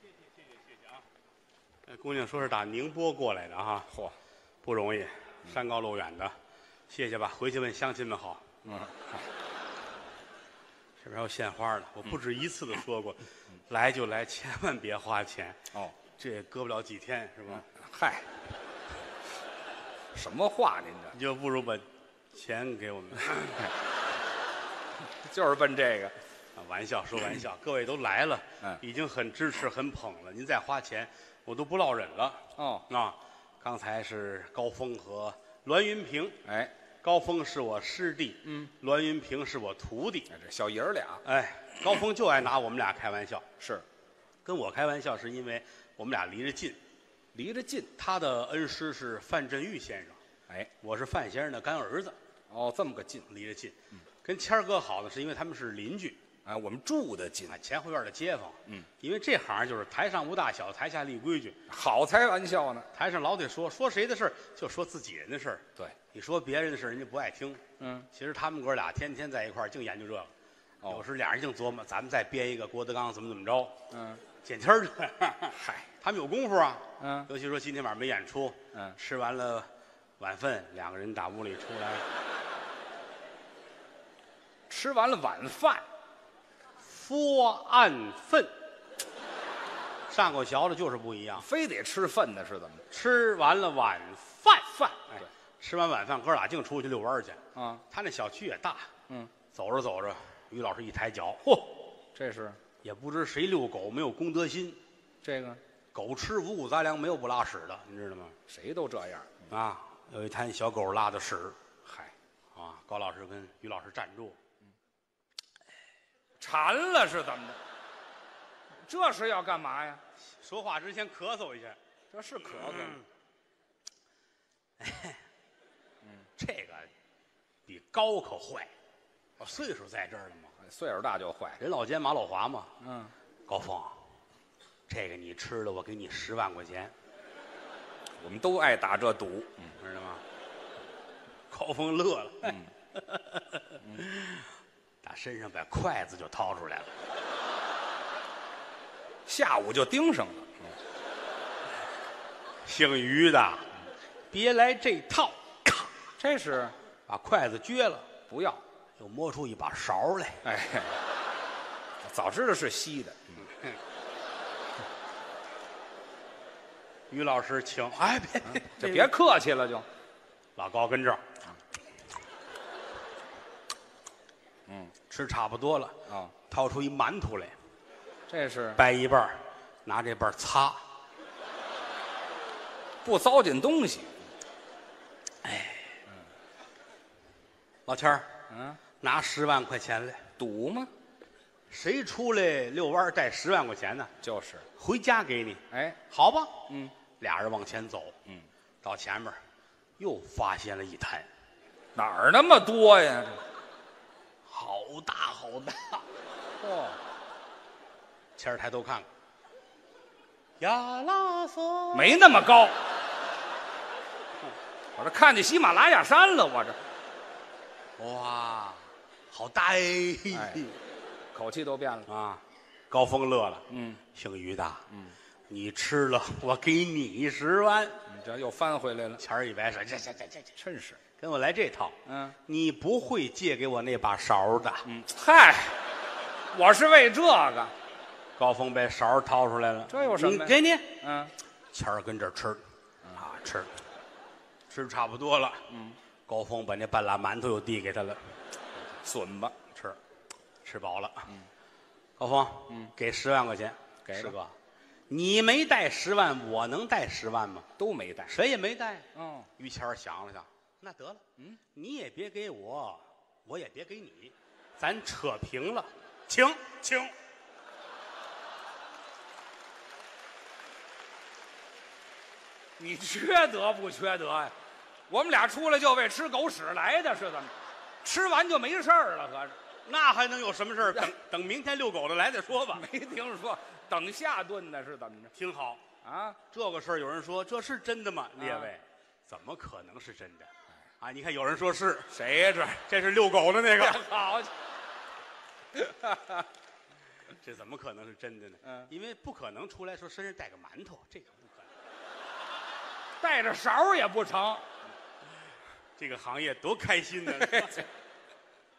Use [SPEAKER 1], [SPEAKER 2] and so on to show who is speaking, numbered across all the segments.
[SPEAKER 1] 这哎姑娘说是打宁波过来的啊，
[SPEAKER 2] 嚯，
[SPEAKER 1] 不容易，山高路远的，谢谢吧，回去问乡亲们好。
[SPEAKER 2] 嗯，
[SPEAKER 1] 这边还有献花的，我不止一次的说过，来就来，千万别花钱，
[SPEAKER 2] 哦，
[SPEAKER 1] 这也搁不了几天，是
[SPEAKER 2] 嗯
[SPEAKER 1] 吧？
[SPEAKER 2] 嗨，什么话您
[SPEAKER 1] 你就不如把钱给我们。
[SPEAKER 2] 这就是奔这个，
[SPEAKER 1] 啊玩笑说玩笑，各位都来了，
[SPEAKER 2] 嗯
[SPEAKER 1] 已经很支持、很捧了，您再花钱，我都不落忍了。
[SPEAKER 2] 哦，
[SPEAKER 1] 啊，刚才是高峰和栾云平，
[SPEAKER 2] 哎，
[SPEAKER 1] 高峰是我师弟，嗯，栾云平是我徒弟。
[SPEAKER 2] 哎这小爷儿俩
[SPEAKER 1] 哎，高峰就爱拿我们俩开玩笑，
[SPEAKER 2] 是
[SPEAKER 1] 跟我开玩笑是因为我们俩离着近。
[SPEAKER 2] 离着近，
[SPEAKER 1] 他的恩师是范振钰先生，
[SPEAKER 2] 哎，
[SPEAKER 1] 我是范先生的干儿子，
[SPEAKER 2] 哦，这么个近，
[SPEAKER 1] 离着近。跟谦儿哥好呢，是因为他们是邻居，
[SPEAKER 2] 哎，我们住的近
[SPEAKER 1] 啊，，前后院的街坊。
[SPEAKER 2] 嗯，
[SPEAKER 1] 因为这行就是台上无大小，台下立规矩，
[SPEAKER 2] 好才玩笑呢，
[SPEAKER 1] 台上老得说说谁的事儿，就说自己人的事儿。
[SPEAKER 2] 对，
[SPEAKER 1] 你说别人的事儿，人家不爱听。
[SPEAKER 2] 嗯，
[SPEAKER 1] 其实他们哥俩天天在一块儿，净研究这个。
[SPEAKER 2] 哦
[SPEAKER 1] 有时俩人净琢磨，咱们再编一个郭德纲怎么怎么 着，
[SPEAKER 2] 嗯，
[SPEAKER 1] 见天儿就这样。
[SPEAKER 2] 嗨，
[SPEAKER 1] 他们有功夫啊。
[SPEAKER 2] 嗯
[SPEAKER 1] 尤其说今天晚上没演出，
[SPEAKER 2] 嗯
[SPEAKER 1] 吃完了晚饭，两个人打屋里出来，
[SPEAKER 2] 吃完了晚饭，
[SPEAKER 1] 说案粪。上过学的就是不一样，
[SPEAKER 2] 非得吃粪呢，是怎么着？
[SPEAKER 1] 吃完了晚饭，
[SPEAKER 2] 饭，
[SPEAKER 1] 哎
[SPEAKER 2] 对，，
[SPEAKER 1] 吃完晚饭，哥俩净出去遛弯儿去。
[SPEAKER 2] 啊，
[SPEAKER 1] 他那小区也大，
[SPEAKER 2] 嗯，
[SPEAKER 1] 走着走着，于老师一抬脚，嚯，
[SPEAKER 2] 这是
[SPEAKER 1] 也不知谁遛狗没有公德心，
[SPEAKER 2] 这个，
[SPEAKER 1] 狗吃五谷杂粮没有不拉屎的，你知道吗？
[SPEAKER 2] 谁都这样，
[SPEAKER 1] 啊，有一滩小狗拉的屎，
[SPEAKER 2] 嗨，
[SPEAKER 1] 啊，高老师跟于老师站住，
[SPEAKER 2] 馋了是怎么着？这是要干嘛呀？
[SPEAKER 1] 说话之前咳嗽一下，
[SPEAKER 2] 这是咳嗽吗，
[SPEAKER 1] 这个比高可坏，我岁数在这儿了嘛，
[SPEAKER 2] 哎岁数大就坏。
[SPEAKER 1] 人老奸马老滑嘛。
[SPEAKER 2] 嗯，
[SPEAKER 1] 高峰，这个你吃了，我给你十万块钱，
[SPEAKER 2] 我们都爱打这赌。
[SPEAKER 1] 知道吗？高峰乐了，打身上把筷子就掏出来了。
[SPEAKER 2] 下午就盯上了。
[SPEAKER 1] 姓于的，别来这套，咔，
[SPEAKER 2] 这是
[SPEAKER 1] 把筷子撅了，
[SPEAKER 2] 不要，
[SPEAKER 1] 又摸出一把勺来。
[SPEAKER 2] 哎，早知道是稀的，
[SPEAKER 1] 于老师，请，哎，别 别
[SPEAKER 2] 就别客气了就，
[SPEAKER 1] 老高跟这儿，嗯，吃差不多了，
[SPEAKER 2] 啊，
[SPEAKER 1] 掏出一馒头来，
[SPEAKER 2] 这是
[SPEAKER 1] 掰一半儿，拿这半儿擦，
[SPEAKER 2] 不糟践东西。
[SPEAKER 1] 老天儿
[SPEAKER 2] 嗯，
[SPEAKER 1] 拿十万块钱来。
[SPEAKER 2] 赌吗？
[SPEAKER 1] 谁出来遛弯儿带十万块钱呢？
[SPEAKER 2] 就是，
[SPEAKER 1] 回家给你，
[SPEAKER 2] 哎，
[SPEAKER 1] 好吧？
[SPEAKER 2] 嗯，
[SPEAKER 1] 俩人往前走，
[SPEAKER 2] 嗯，
[SPEAKER 1] 到前面儿又发现了一滩，
[SPEAKER 2] 哪儿那么多呀？
[SPEAKER 1] 好大好大。
[SPEAKER 2] 哦，
[SPEAKER 1] 前儿抬头看看，呀拉索，
[SPEAKER 2] 没那么高。我这看见喜马拉雅山了，我这
[SPEAKER 1] 哇，好大哎！
[SPEAKER 2] 哎口气都变了。
[SPEAKER 1] 啊，高峰乐了，
[SPEAKER 2] 嗯，
[SPEAKER 1] 姓于的，嗯，你吃了，我给你十万。
[SPEAKER 2] 你这又翻回来了，
[SPEAKER 1] 前儿一摆手，这这这这这，
[SPEAKER 2] 真是。
[SPEAKER 1] 跟我来这套。
[SPEAKER 2] 嗯
[SPEAKER 1] 你不会借给我那把勺的。
[SPEAKER 2] 嗯，嗨，我是为这个。
[SPEAKER 1] 高峰把勺掏出来了，
[SPEAKER 2] 这有什么呀
[SPEAKER 1] 你给你，
[SPEAKER 2] 嗯，
[SPEAKER 1] 钱儿跟这儿吃，啊吃，吃差不多了。嗯，高峰把那半拉馒头又递给他了，
[SPEAKER 2] 损吧，
[SPEAKER 1] 吃，吃饱了。嗯，高峰，嗯，给十万块钱，
[SPEAKER 2] 给吧
[SPEAKER 1] 师哥，你没带十万，我能带十万吗？
[SPEAKER 2] 都没带。
[SPEAKER 1] 谁也没带。
[SPEAKER 2] 嗯，
[SPEAKER 1] 于谦儿想了想，那得了，嗯，你也别给我，我也别给你，咱扯平了，请请。
[SPEAKER 2] 你缺德不缺德呀？我们俩出来就为吃狗屎来的，是怎么？吃完就没事儿了，合着
[SPEAKER 1] 那还能有什么事儿？等等，明天遛狗的来再说吧。
[SPEAKER 2] 没听说等下顿的是怎么着？
[SPEAKER 1] 听好，
[SPEAKER 2] 啊，
[SPEAKER 1] 这个事儿有人说这是真的吗？列位，怎么可能是真的？啊，你看有人说是，
[SPEAKER 2] 谁呀、
[SPEAKER 1] 这是遛狗的那
[SPEAKER 2] 这
[SPEAKER 1] 个，？
[SPEAKER 2] 好，
[SPEAKER 1] 这怎么可能是真的呢？
[SPEAKER 2] 嗯
[SPEAKER 1] 因为不可能出来说身上带个馒头，这个不可能。
[SPEAKER 2] 带着勺儿也不成。
[SPEAKER 1] 这个行业多开心 呢！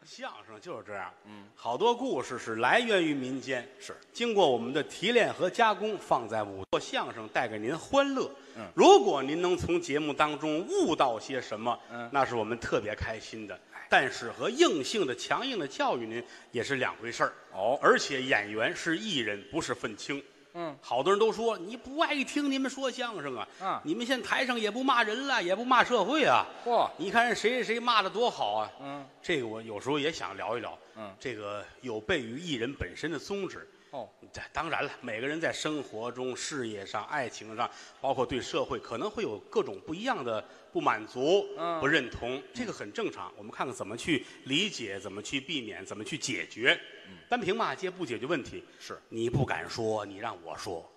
[SPEAKER 1] 相声就是这样，
[SPEAKER 2] 嗯，
[SPEAKER 1] 好多故事是来源于民间，
[SPEAKER 2] 是
[SPEAKER 1] 经过我们的提炼和加工，放在五座相声，带给您欢乐。
[SPEAKER 2] 嗯
[SPEAKER 1] 如果您能从节目当中悟到些什么，
[SPEAKER 2] 嗯哎
[SPEAKER 1] 那是我们特别开心的。但是和硬性的、强硬的教育您也是两回事儿。
[SPEAKER 2] 哦，
[SPEAKER 1] 而且演员是艺人，不是愤青。
[SPEAKER 2] 嗯，
[SPEAKER 1] 好多人都说你不爱听你们说相声啊，
[SPEAKER 2] 嗯
[SPEAKER 1] 你们现在台上也不骂人了，也不骂社会啊。
[SPEAKER 2] 嚯，
[SPEAKER 1] 你看人谁谁谁骂的多好啊！
[SPEAKER 2] 嗯，
[SPEAKER 1] 这个我有时候也想聊一聊，
[SPEAKER 2] 嗯
[SPEAKER 1] 这个有悖于艺人本身的宗旨。
[SPEAKER 2] 哦，
[SPEAKER 1] 这当然了，每个人在生活中、事业上、爱情上，包括对社会，可能会有各种不一样的不满足、
[SPEAKER 2] 嗯
[SPEAKER 1] 不认同，这个很正常。我们看看怎么去理解，怎么去避免，怎么去解决。单凭骂街不解决问题，
[SPEAKER 2] 嗯是，嗯
[SPEAKER 1] 你不敢说，你让我说，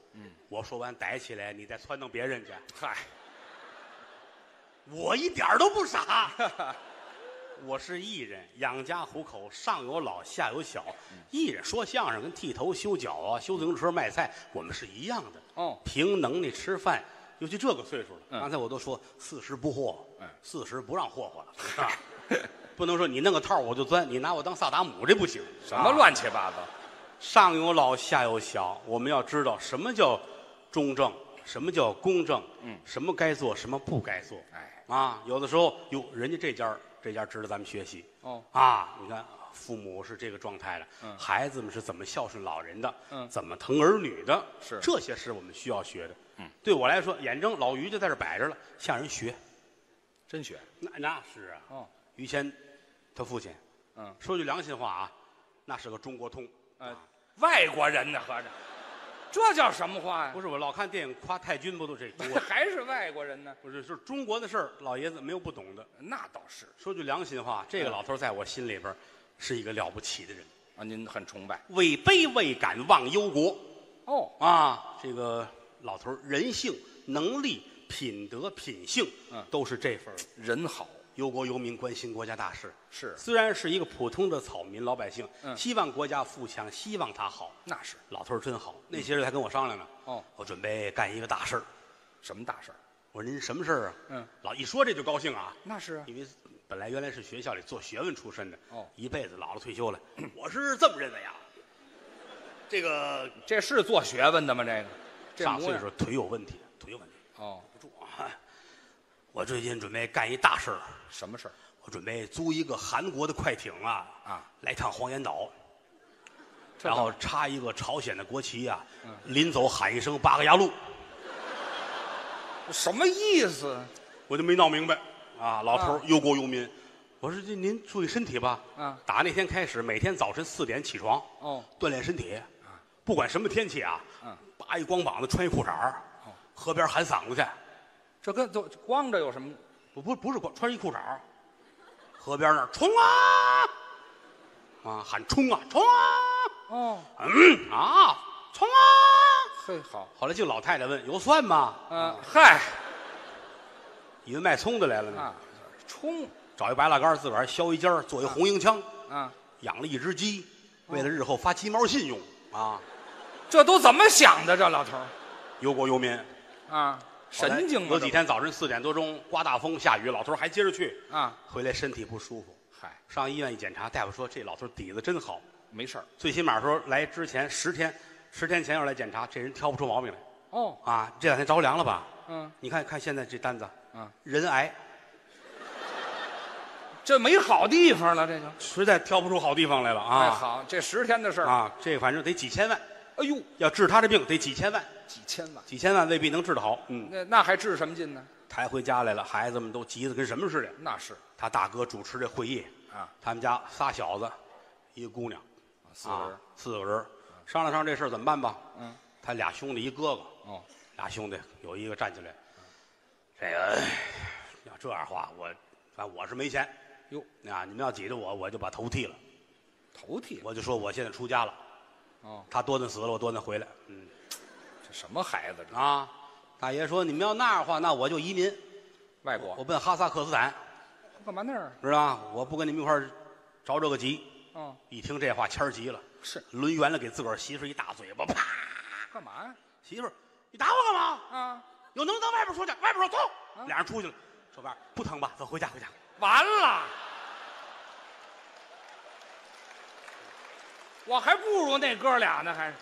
[SPEAKER 1] 我说完逮起来，你再撺掇别人去。
[SPEAKER 2] 嗨，
[SPEAKER 1] 我一点儿都不傻， 我是艺人，养家糊口，上有老下有小。艺人说相声跟剃头、修脚啊、修自行车、卖菜，我们是一样的。
[SPEAKER 2] 哦
[SPEAKER 1] 凭能力吃饭，尤其这个岁数了。
[SPEAKER 2] 嗯
[SPEAKER 1] 刚才我都说四十不惑，
[SPEAKER 2] 嗯
[SPEAKER 1] 四十不让霍霍了，是吧不能说你弄个套儿我就钻，你拿我当萨达姆这不行。
[SPEAKER 2] 什么
[SPEAKER 1] 啊
[SPEAKER 2] 乱七八糟？
[SPEAKER 1] 上有老下有小，我们要知道什么叫中正，什么叫公正，
[SPEAKER 2] 嗯
[SPEAKER 1] 什么该做，什么不该做。
[SPEAKER 2] 哎，
[SPEAKER 1] 啊，有的时候哟，人家这家儿这家儿值得咱们学习
[SPEAKER 2] 哦，
[SPEAKER 1] 啊。你看，父母是这个状态的，
[SPEAKER 2] 嗯
[SPEAKER 1] 孩子们是怎么孝顺老人的，
[SPEAKER 2] 嗯
[SPEAKER 1] 怎么疼儿女的，
[SPEAKER 2] 是
[SPEAKER 1] 这些是我们需要学的。
[SPEAKER 2] 嗯，
[SPEAKER 1] 对我来说，眼睁老于就在这摆着了，向人学，
[SPEAKER 2] 真学
[SPEAKER 1] 那那是啊。
[SPEAKER 2] 哦，
[SPEAKER 1] 于谦，他父亲，
[SPEAKER 2] 嗯，
[SPEAKER 1] 说句良心话啊，那是个中国通。
[SPEAKER 2] 呃
[SPEAKER 1] 啊，
[SPEAKER 2] 外国人呢，合着，这叫什么话呀
[SPEAKER 1] 不？是我老看电影夸太君，不 都这多？
[SPEAKER 2] 还是外国人呢？
[SPEAKER 1] 不是，就是中国的事儿，老爷子没有不懂的。
[SPEAKER 2] 那倒是
[SPEAKER 1] 说句良心话，这个
[SPEAKER 2] 嗯
[SPEAKER 1] 老头儿在我心里边儿是一个了不起的人。
[SPEAKER 2] 啊，您很崇拜
[SPEAKER 1] 位卑未敢忘忧国
[SPEAKER 2] 哦，
[SPEAKER 1] 啊！这个老头儿人性、能力、品德、品性，
[SPEAKER 2] 嗯
[SPEAKER 1] 都是这份儿
[SPEAKER 2] 人好
[SPEAKER 1] 忧国忧民、关心国家大事。
[SPEAKER 2] 是
[SPEAKER 1] 虽然是一个普通的草民老百姓，
[SPEAKER 2] 嗯
[SPEAKER 1] 希望国家富强，希望他好。
[SPEAKER 2] 那是
[SPEAKER 1] 老头儿真好，那些人还跟我商量呢。
[SPEAKER 2] 嗯哦，
[SPEAKER 1] 我准备干一个大事儿。
[SPEAKER 2] 什么大事儿？
[SPEAKER 1] 我说您什么事儿啊？
[SPEAKER 2] 嗯，
[SPEAKER 1] 老一说这就高兴啊，
[SPEAKER 2] 那是啊
[SPEAKER 1] 因为本来原来是学校里做学问出身的，
[SPEAKER 2] 哦
[SPEAKER 1] 一辈子老了退休了，我是这么认为啊。这个
[SPEAKER 2] 这是做学问的吗？这个这
[SPEAKER 1] 上
[SPEAKER 2] 模
[SPEAKER 1] 岁
[SPEAKER 2] 样
[SPEAKER 1] 数腿有问题，腿有问题，
[SPEAKER 2] 哦，
[SPEAKER 1] 不住啊！我最近准备干一大事儿，
[SPEAKER 2] 什么事儿？
[SPEAKER 1] 我准备租一个韩国的快艇啊
[SPEAKER 2] 啊，
[SPEAKER 1] 来趟黄岩岛，
[SPEAKER 2] 这嗯
[SPEAKER 1] 然后插一个朝鲜的国旗啊，临走喊一声八个牙路，
[SPEAKER 2] 什么意思？
[SPEAKER 1] 我就没闹明白啊。老头儿
[SPEAKER 2] 啊
[SPEAKER 1] 忧国忧民，我说这您注意身体吧。
[SPEAKER 2] 啊
[SPEAKER 1] 打那天开始，每天早晨四点起床，
[SPEAKER 2] 哦，啊
[SPEAKER 1] 锻炼身体，不管什么天气啊，
[SPEAKER 2] 嗯哦
[SPEAKER 1] 扒一光膀子，穿一裤衩儿，河边喊嗓子去。
[SPEAKER 2] 这跟就光着有什么？
[SPEAKER 1] 不不不是光穿一裤衩儿河边那儿冲啊啊喊冲啊冲啊
[SPEAKER 2] 哦，
[SPEAKER 1] 嗯啊冲啊！
[SPEAKER 2] 嘿，好，
[SPEAKER 1] 后来就老太太问有蒜吗？
[SPEAKER 2] 嗯，嗨
[SPEAKER 1] 以为卖葱的来了呢，
[SPEAKER 2] 啊，冲
[SPEAKER 1] 找一白蜡杆儿自个儿削一尖儿，做一红缨枪，
[SPEAKER 2] 啊，
[SPEAKER 1] 养了一只鸡，
[SPEAKER 2] 哦
[SPEAKER 1] 为了日后发鸡毛信用啊，
[SPEAKER 2] 这都怎么想的？这老头儿
[SPEAKER 1] 忧国忧民。
[SPEAKER 2] 啊，神经
[SPEAKER 1] 有
[SPEAKER 2] 吗？
[SPEAKER 1] 几天早晨四点多钟刮大风下雨，老头儿还接着去，
[SPEAKER 2] 这啊，
[SPEAKER 1] 回来身体不舒服，
[SPEAKER 2] 嗨，
[SPEAKER 1] 上医院一检查，大夫说这老头儿底子真好，
[SPEAKER 2] 没事儿
[SPEAKER 1] 最起码说来之前十天，十天前要来检查，这人挑不出毛病来
[SPEAKER 2] 哦，
[SPEAKER 1] 啊。这两天着凉了吧？
[SPEAKER 2] 嗯
[SPEAKER 1] 你看看现在这单子，
[SPEAKER 2] 嗯，
[SPEAKER 1] 人癌
[SPEAKER 2] 这没好地方了，这就
[SPEAKER 1] 实在挑不出好地方来了
[SPEAKER 2] 哎
[SPEAKER 1] 啊
[SPEAKER 2] 好，这十天的事儿，
[SPEAKER 1] 啊！这反正得几千万，
[SPEAKER 2] 哎呦，
[SPEAKER 1] 要治他这病得几千万，
[SPEAKER 2] 几千万，
[SPEAKER 1] 几千万未必能治得好。嗯，
[SPEAKER 2] 那那还治什么劲呢？
[SPEAKER 1] 抬回家来了，孩子们都急得跟什么似的。
[SPEAKER 2] 那是
[SPEAKER 1] 他大哥主持这会议，
[SPEAKER 2] 啊，
[SPEAKER 1] 他们家仨小子，一个姑娘，
[SPEAKER 2] 四个人
[SPEAKER 1] 啊，四个人商量商量这事儿怎么办吧。
[SPEAKER 2] 嗯，
[SPEAKER 1] 他俩兄弟一哥哥，
[SPEAKER 2] 哦，
[SPEAKER 1] 俩兄弟有一个站起来，这个要这样话，我反正我是没钱
[SPEAKER 2] 哟，
[SPEAKER 1] 啊！你们要挤着我，我就把头剃了，
[SPEAKER 2] 头剃
[SPEAKER 1] 我就说我现在出家了。
[SPEAKER 2] 哦，
[SPEAKER 1] 他多顿死了，我多顿回来。嗯
[SPEAKER 2] 这什么孩子？这
[SPEAKER 1] 啊，大爷说你们要那样的话，那我就移民，
[SPEAKER 2] 外国
[SPEAKER 1] 我奔哈萨克斯坦，
[SPEAKER 2] 干嘛那儿？啊
[SPEAKER 1] 知道吗？我不跟你们一块儿着这个急。
[SPEAKER 2] 哦，
[SPEAKER 1] 一听这话，谦儿急了，
[SPEAKER 2] 是
[SPEAKER 1] 抡圆了给自个儿媳妇儿一大嘴巴，啪！
[SPEAKER 2] 干嘛呀？
[SPEAKER 1] 媳妇儿，你打我干嘛？
[SPEAKER 2] 啊，
[SPEAKER 1] 有能到外边说去，外边说走。俩人出去了，说外边不疼吧？走，回家回家。
[SPEAKER 2] 完了，我还不如那哥俩呢，还是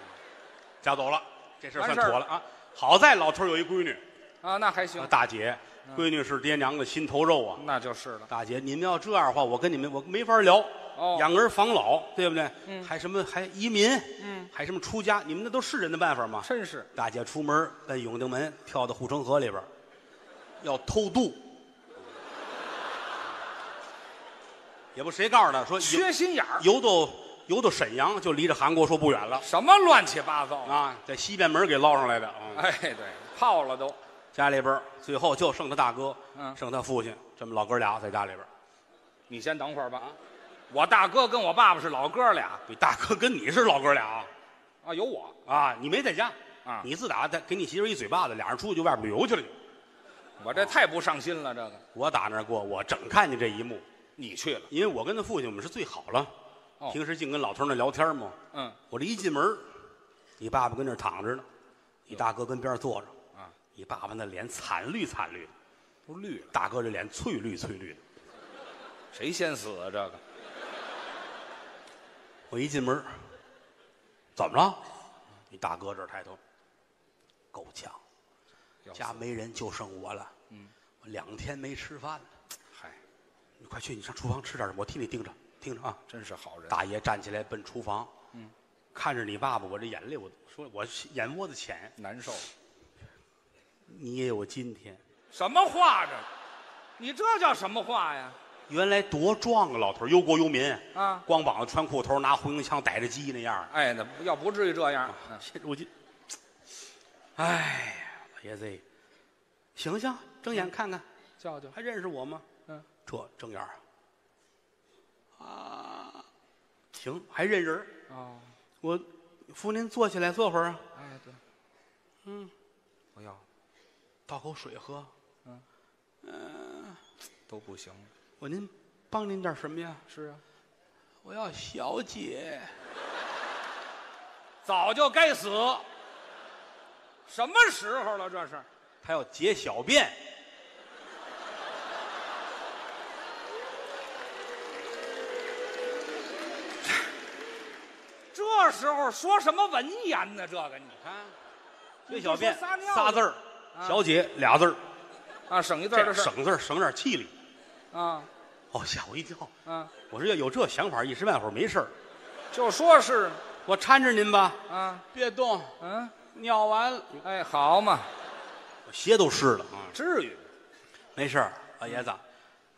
[SPEAKER 1] 家走了，这事儿
[SPEAKER 2] 完
[SPEAKER 1] 算
[SPEAKER 2] 事儿
[SPEAKER 1] 妥了啊。好在老头儿有一闺女，
[SPEAKER 2] 啊，那还行，
[SPEAKER 1] 大姐，
[SPEAKER 2] 嗯
[SPEAKER 1] 闺女是爹娘的心头肉啊。
[SPEAKER 2] 那就是了。
[SPEAKER 1] 大姐，你们要这样的话，我跟你们我没法聊。
[SPEAKER 2] 哦
[SPEAKER 1] 养儿防老，对不对？
[SPEAKER 2] 嗯
[SPEAKER 1] 还什么还移民，
[SPEAKER 2] 嗯，
[SPEAKER 1] 还什么出家，你们那都是人的办法吗？
[SPEAKER 2] 真是
[SPEAKER 1] 大姐出门奔永定门，跳到护城河里边儿，要偷渡。也不谁告诉他说游
[SPEAKER 2] 缺心眼儿，
[SPEAKER 1] 游到游到沈阳就离着韩国说不远了
[SPEAKER 2] 什么乱七八糟啊！
[SPEAKER 1] 啊，在西边门给捞上来的啊。
[SPEAKER 2] 哎，对，泡了都，
[SPEAKER 1] 家里边儿最后就剩他大哥，
[SPEAKER 2] 嗯
[SPEAKER 1] 剩他父亲，这么老哥俩在家里边儿。
[SPEAKER 2] 你先等会儿吧啊！我大哥跟我爸爸是老哥俩
[SPEAKER 1] 你大哥跟你是老哥俩啊。
[SPEAKER 2] 啊，有我
[SPEAKER 1] 啊，你没在家
[SPEAKER 2] 啊
[SPEAKER 1] 你自打他给你媳妇一嘴巴子，俩人出去就外边旅游去了就。
[SPEAKER 2] 我这太不上心了，这个
[SPEAKER 1] 我打那儿过，我整看见这一幕，
[SPEAKER 2] 你去了，
[SPEAKER 1] 因为我跟他父亲我们是最好了，
[SPEAKER 2] 哦
[SPEAKER 1] 平时净跟老头儿那聊天嘛。
[SPEAKER 2] 嗯，
[SPEAKER 1] 我这一进门儿，你爸爸跟那儿躺着呢，你大哥跟边儿坐着，
[SPEAKER 2] 啊，
[SPEAKER 1] 你爸爸那脸惨绿惨绿的，
[SPEAKER 2] 都绿了，
[SPEAKER 1] 大哥这脸翠绿翠绿的。
[SPEAKER 2] 谁先死啊？这个
[SPEAKER 1] 我一进门儿，怎么了？你大哥这儿抬头，够呛，
[SPEAKER 2] 要
[SPEAKER 1] 家
[SPEAKER 2] 死
[SPEAKER 1] 没人就剩我了，嗯，我两天没吃饭了。
[SPEAKER 2] 嗨，
[SPEAKER 1] 你快去，你上厨房吃点什么，我替你盯着，盯着啊！
[SPEAKER 2] 真是好人，
[SPEAKER 1] 大爷站起来奔厨房，嗯，看着你爸爸，我这眼泪，我说我眼窝子浅，
[SPEAKER 2] 难受。
[SPEAKER 1] 你也有今天。
[SPEAKER 2] 什么话这？你这叫什么话呀？
[SPEAKER 1] 原来多壮啊，老头儿忧国忧民
[SPEAKER 2] 啊
[SPEAKER 1] 光膀子穿裤头，拿回形枪逮着鸡那样儿。
[SPEAKER 2] 哎，那不要不至于这样。嗯
[SPEAKER 1] 啊现如今，哎呀，老爷子，醒醒，睁眼看看，
[SPEAKER 2] 叫叫，
[SPEAKER 1] 还认识我吗？
[SPEAKER 2] 嗯，
[SPEAKER 1] 这睁眼儿啊，行，还认人儿。
[SPEAKER 2] 哦，
[SPEAKER 1] 我扶您坐起来，坐会儿啊。
[SPEAKER 2] 哎，对，嗯，不要，
[SPEAKER 1] 倒口水喝。
[SPEAKER 2] 都不行。
[SPEAKER 1] 我您帮您点什么呀？
[SPEAKER 2] 是啊，
[SPEAKER 1] 我要小姐。
[SPEAKER 2] 早就该死。什么时候了？这是
[SPEAKER 1] 他要解小便。
[SPEAKER 2] 这时候说什么文言呢？这个你
[SPEAKER 1] 看，解小便
[SPEAKER 2] 你就说撒尿
[SPEAKER 1] 仨字儿，小姐俩字儿，
[SPEAKER 2] 啊，省一字
[SPEAKER 1] 这
[SPEAKER 2] 儿
[SPEAKER 1] 样
[SPEAKER 2] 的事
[SPEAKER 1] 省字儿省点气力。
[SPEAKER 2] 啊
[SPEAKER 1] 哦，吓我一跳！
[SPEAKER 2] 啊，
[SPEAKER 1] 我说要有这想法，一时半会儿没事儿。
[SPEAKER 2] 就说是
[SPEAKER 1] 我搀着您吧，
[SPEAKER 2] 啊，
[SPEAKER 1] 别动，
[SPEAKER 2] 嗯，
[SPEAKER 1] 尿完了，
[SPEAKER 2] 哎，好嘛，
[SPEAKER 1] 我鞋都湿了啊。
[SPEAKER 2] 至于
[SPEAKER 1] 没事儿，老爷子，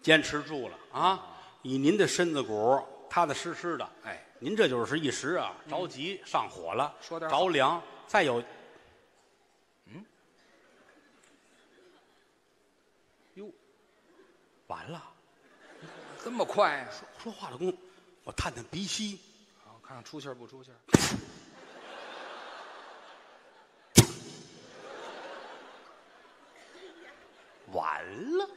[SPEAKER 1] 坚持住了啊！以您的身子骨，踏踏实实的。
[SPEAKER 2] 哎，
[SPEAKER 1] 您这就是一时啊，着急上火了，
[SPEAKER 2] 说点好
[SPEAKER 1] 着凉。再有，
[SPEAKER 2] 哟，
[SPEAKER 1] 完了，
[SPEAKER 2] 这么快啊呀、
[SPEAKER 1] 说说话的功夫，我探探鼻息，
[SPEAKER 2] 好，哦看看出气儿不出气儿。
[SPEAKER 1] 完了，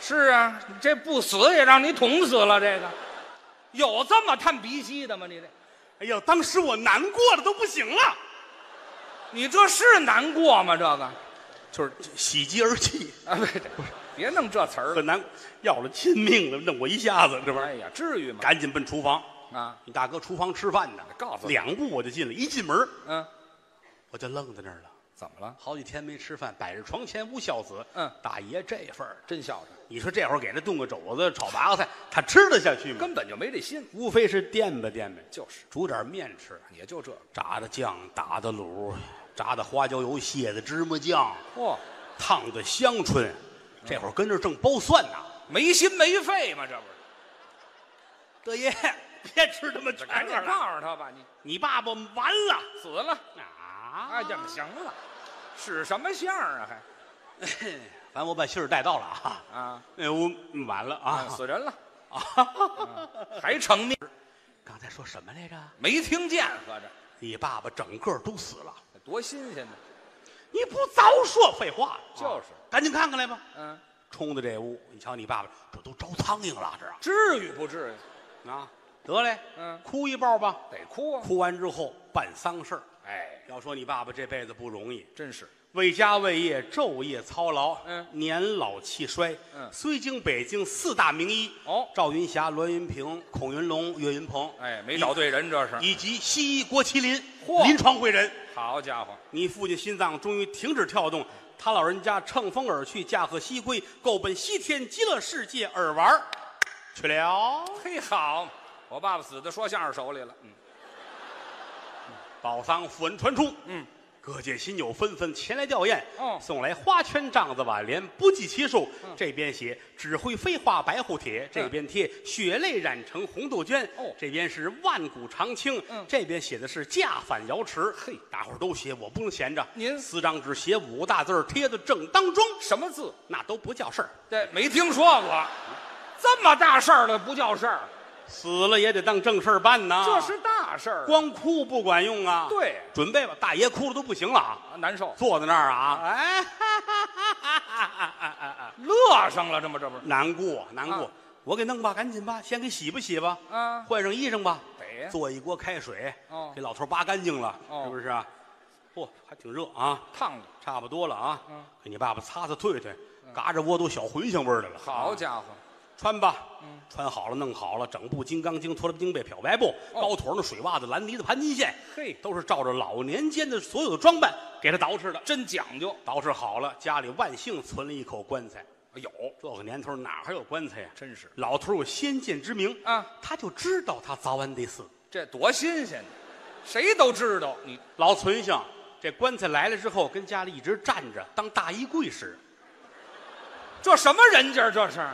[SPEAKER 2] 是啊，你这不死也让你捅死了。这个有这么探鼻息的吗？你这
[SPEAKER 1] 哎呀，当时我难过的都不行了，
[SPEAKER 2] 你这是难过吗？这个
[SPEAKER 1] 就是喜极而泣，
[SPEAKER 2] 啊，不是，别弄这词儿了。
[SPEAKER 1] 很难，要了亲命了，弄我一下子，这玩意
[SPEAKER 2] 哎
[SPEAKER 1] 儿，
[SPEAKER 2] 呀，至于吗？
[SPEAKER 1] 赶紧奔厨房。
[SPEAKER 2] 啊，
[SPEAKER 1] 你大哥厨房吃饭呢，
[SPEAKER 2] 告诉你
[SPEAKER 1] 两步我就进来，一进门
[SPEAKER 2] 嗯，
[SPEAKER 1] 我就愣在那儿了，
[SPEAKER 2] 怎么了？
[SPEAKER 1] 好几天没吃饭，摆着床前无孝子。
[SPEAKER 2] 嗯
[SPEAKER 1] 大爷这份儿的，
[SPEAKER 2] 真孝顺，
[SPEAKER 1] 你说这会儿给他炖个肘子、炒八个菜，他吃得下去吗？
[SPEAKER 2] 根本就没这心。
[SPEAKER 1] 无非是垫吧垫吧，
[SPEAKER 2] 就是，
[SPEAKER 1] 煮点面吃，
[SPEAKER 2] 也就这个。
[SPEAKER 1] 炸的酱，打的卤，炸的花椒油，蟹的芝麻酱，
[SPEAKER 2] 嚯、
[SPEAKER 1] 烫的香椿。这会儿跟这儿正剥蒜呢，
[SPEAKER 2] 没心没肺嘛，这不是？
[SPEAKER 1] 德爷，别吃他妈全
[SPEAKER 2] 赶紧
[SPEAKER 1] 了，
[SPEAKER 2] 告诉他吧，你
[SPEAKER 1] 你爸爸完了
[SPEAKER 2] 死了。
[SPEAKER 1] 啊！
[SPEAKER 2] 哎呀，行了，使什么相啊？还
[SPEAKER 1] 反正我把信儿带到了啊，
[SPEAKER 2] 啊，
[SPEAKER 1] 那屋嗯完了啊
[SPEAKER 2] 死人了， 嗯
[SPEAKER 1] 啊！
[SPEAKER 2] 还成命？
[SPEAKER 1] 刚才说什么来着？
[SPEAKER 2] 没听见，合着
[SPEAKER 1] 你爸爸整个都死了，
[SPEAKER 2] 多新鲜呢。
[SPEAKER 1] 你不早说废话，
[SPEAKER 2] 就是
[SPEAKER 1] 赶紧看看来吧。
[SPEAKER 2] 嗯，
[SPEAKER 1] 冲到这屋，你瞧你爸爸，这都招苍蝇了，这
[SPEAKER 2] 至于不至于？
[SPEAKER 1] 啊啊！得嘞，
[SPEAKER 2] 嗯
[SPEAKER 1] 哭一抱吧。
[SPEAKER 2] 得哭啊！
[SPEAKER 1] 哭完之后办丧事儿。
[SPEAKER 2] 哎，
[SPEAKER 1] 要说你爸爸这辈子不容易，
[SPEAKER 2] 真是
[SPEAKER 1] 为家为业，昼夜操劳，
[SPEAKER 2] 嗯
[SPEAKER 1] 年老气衰，
[SPEAKER 2] 嗯
[SPEAKER 1] 虽经北京四大名医，
[SPEAKER 2] 哦
[SPEAKER 1] 赵云霞、栾云平、孔云龙、岳云鹏，
[SPEAKER 2] 哎，没找对人，这是。
[SPEAKER 1] 以及西医郭麒麟，
[SPEAKER 2] 嚯
[SPEAKER 1] 临床会诊。
[SPEAKER 2] 好家伙，
[SPEAKER 1] 你父亲心脏终于停止跳动，他老人家乘风而去，驾鹤西归，够奔西天极乐世界而玩儿去了。
[SPEAKER 2] 嘿，好，我爸爸死在说相声手里了。嗯，
[SPEAKER 1] 宝藏符文传出，
[SPEAKER 2] 嗯，
[SPEAKER 1] 各界新友纷纷前来吊唁，
[SPEAKER 2] 哦嗯
[SPEAKER 1] 送来花圈、帐子、挽联，不计其数。这边写“只会飞花白虎帖”，这边贴“血泪染成红杜鹃”，
[SPEAKER 2] 哦
[SPEAKER 1] 这边是“万古长青”，
[SPEAKER 2] 嗯
[SPEAKER 1] 这边写的是“驾返瑶池”。嘿，大伙儿都写，我不能闲着。
[SPEAKER 2] 您
[SPEAKER 1] 四张纸写五个大字儿，贴的正当中，
[SPEAKER 2] 什么字？
[SPEAKER 1] 那都不叫事儿，
[SPEAKER 2] 这没听说过，这么大事儿了不叫事儿，
[SPEAKER 1] 啊死了也得当正事儿办呐。
[SPEAKER 2] 这是大事儿，
[SPEAKER 1] 光哭不管用啊。
[SPEAKER 2] 对
[SPEAKER 1] 准备吧，大爷哭了都不行了啊。
[SPEAKER 2] 啊难受，
[SPEAKER 1] 坐在那儿啊，哎，哈哈哈哈哈哈哈
[SPEAKER 2] 乐上了，这么这不是
[SPEAKER 1] 难过难过
[SPEAKER 2] 啊，
[SPEAKER 1] 我给弄吧，赶紧吧，先给洗吧洗吧，
[SPEAKER 2] 啊
[SPEAKER 1] 换上衣裳吧，
[SPEAKER 2] 得呀
[SPEAKER 1] 做一锅开水
[SPEAKER 2] 哦，
[SPEAKER 1] 给老头扒干净了，
[SPEAKER 2] 哦
[SPEAKER 1] 是不是啊？嚯，还挺热啊，
[SPEAKER 2] 烫的？
[SPEAKER 1] 差不多了啊
[SPEAKER 2] 嗯，
[SPEAKER 1] 给你爸爸擦擦退退，嘎着窝都小茴香味儿来了。
[SPEAKER 2] 好
[SPEAKER 1] 啊
[SPEAKER 2] 家伙，
[SPEAKER 1] 穿吧，
[SPEAKER 2] 嗯
[SPEAKER 1] 穿好了弄好了，整部《金刚经》、脱了金被、漂白布、
[SPEAKER 2] 哦
[SPEAKER 1] 高腿儿的水袜子、蓝呢子、盘金线，
[SPEAKER 2] 嘿
[SPEAKER 1] 都是照着老年间的所有的装扮给他捯饬的。
[SPEAKER 2] 真讲究，
[SPEAKER 1] 捯饬好了，家里万幸存了一口棺材。
[SPEAKER 2] 有，
[SPEAKER 1] 这个年头哪还有棺材呀、
[SPEAKER 2] 哎真是
[SPEAKER 1] 老头儿有先见之明
[SPEAKER 2] 啊，
[SPEAKER 1] 他就知道他早晚得死。
[SPEAKER 2] 这多新鲜呢，谁都知道你
[SPEAKER 1] 老存性，这棺材来了之后，跟家里一直站着当大衣柜使，
[SPEAKER 2] 这什么人家儿这是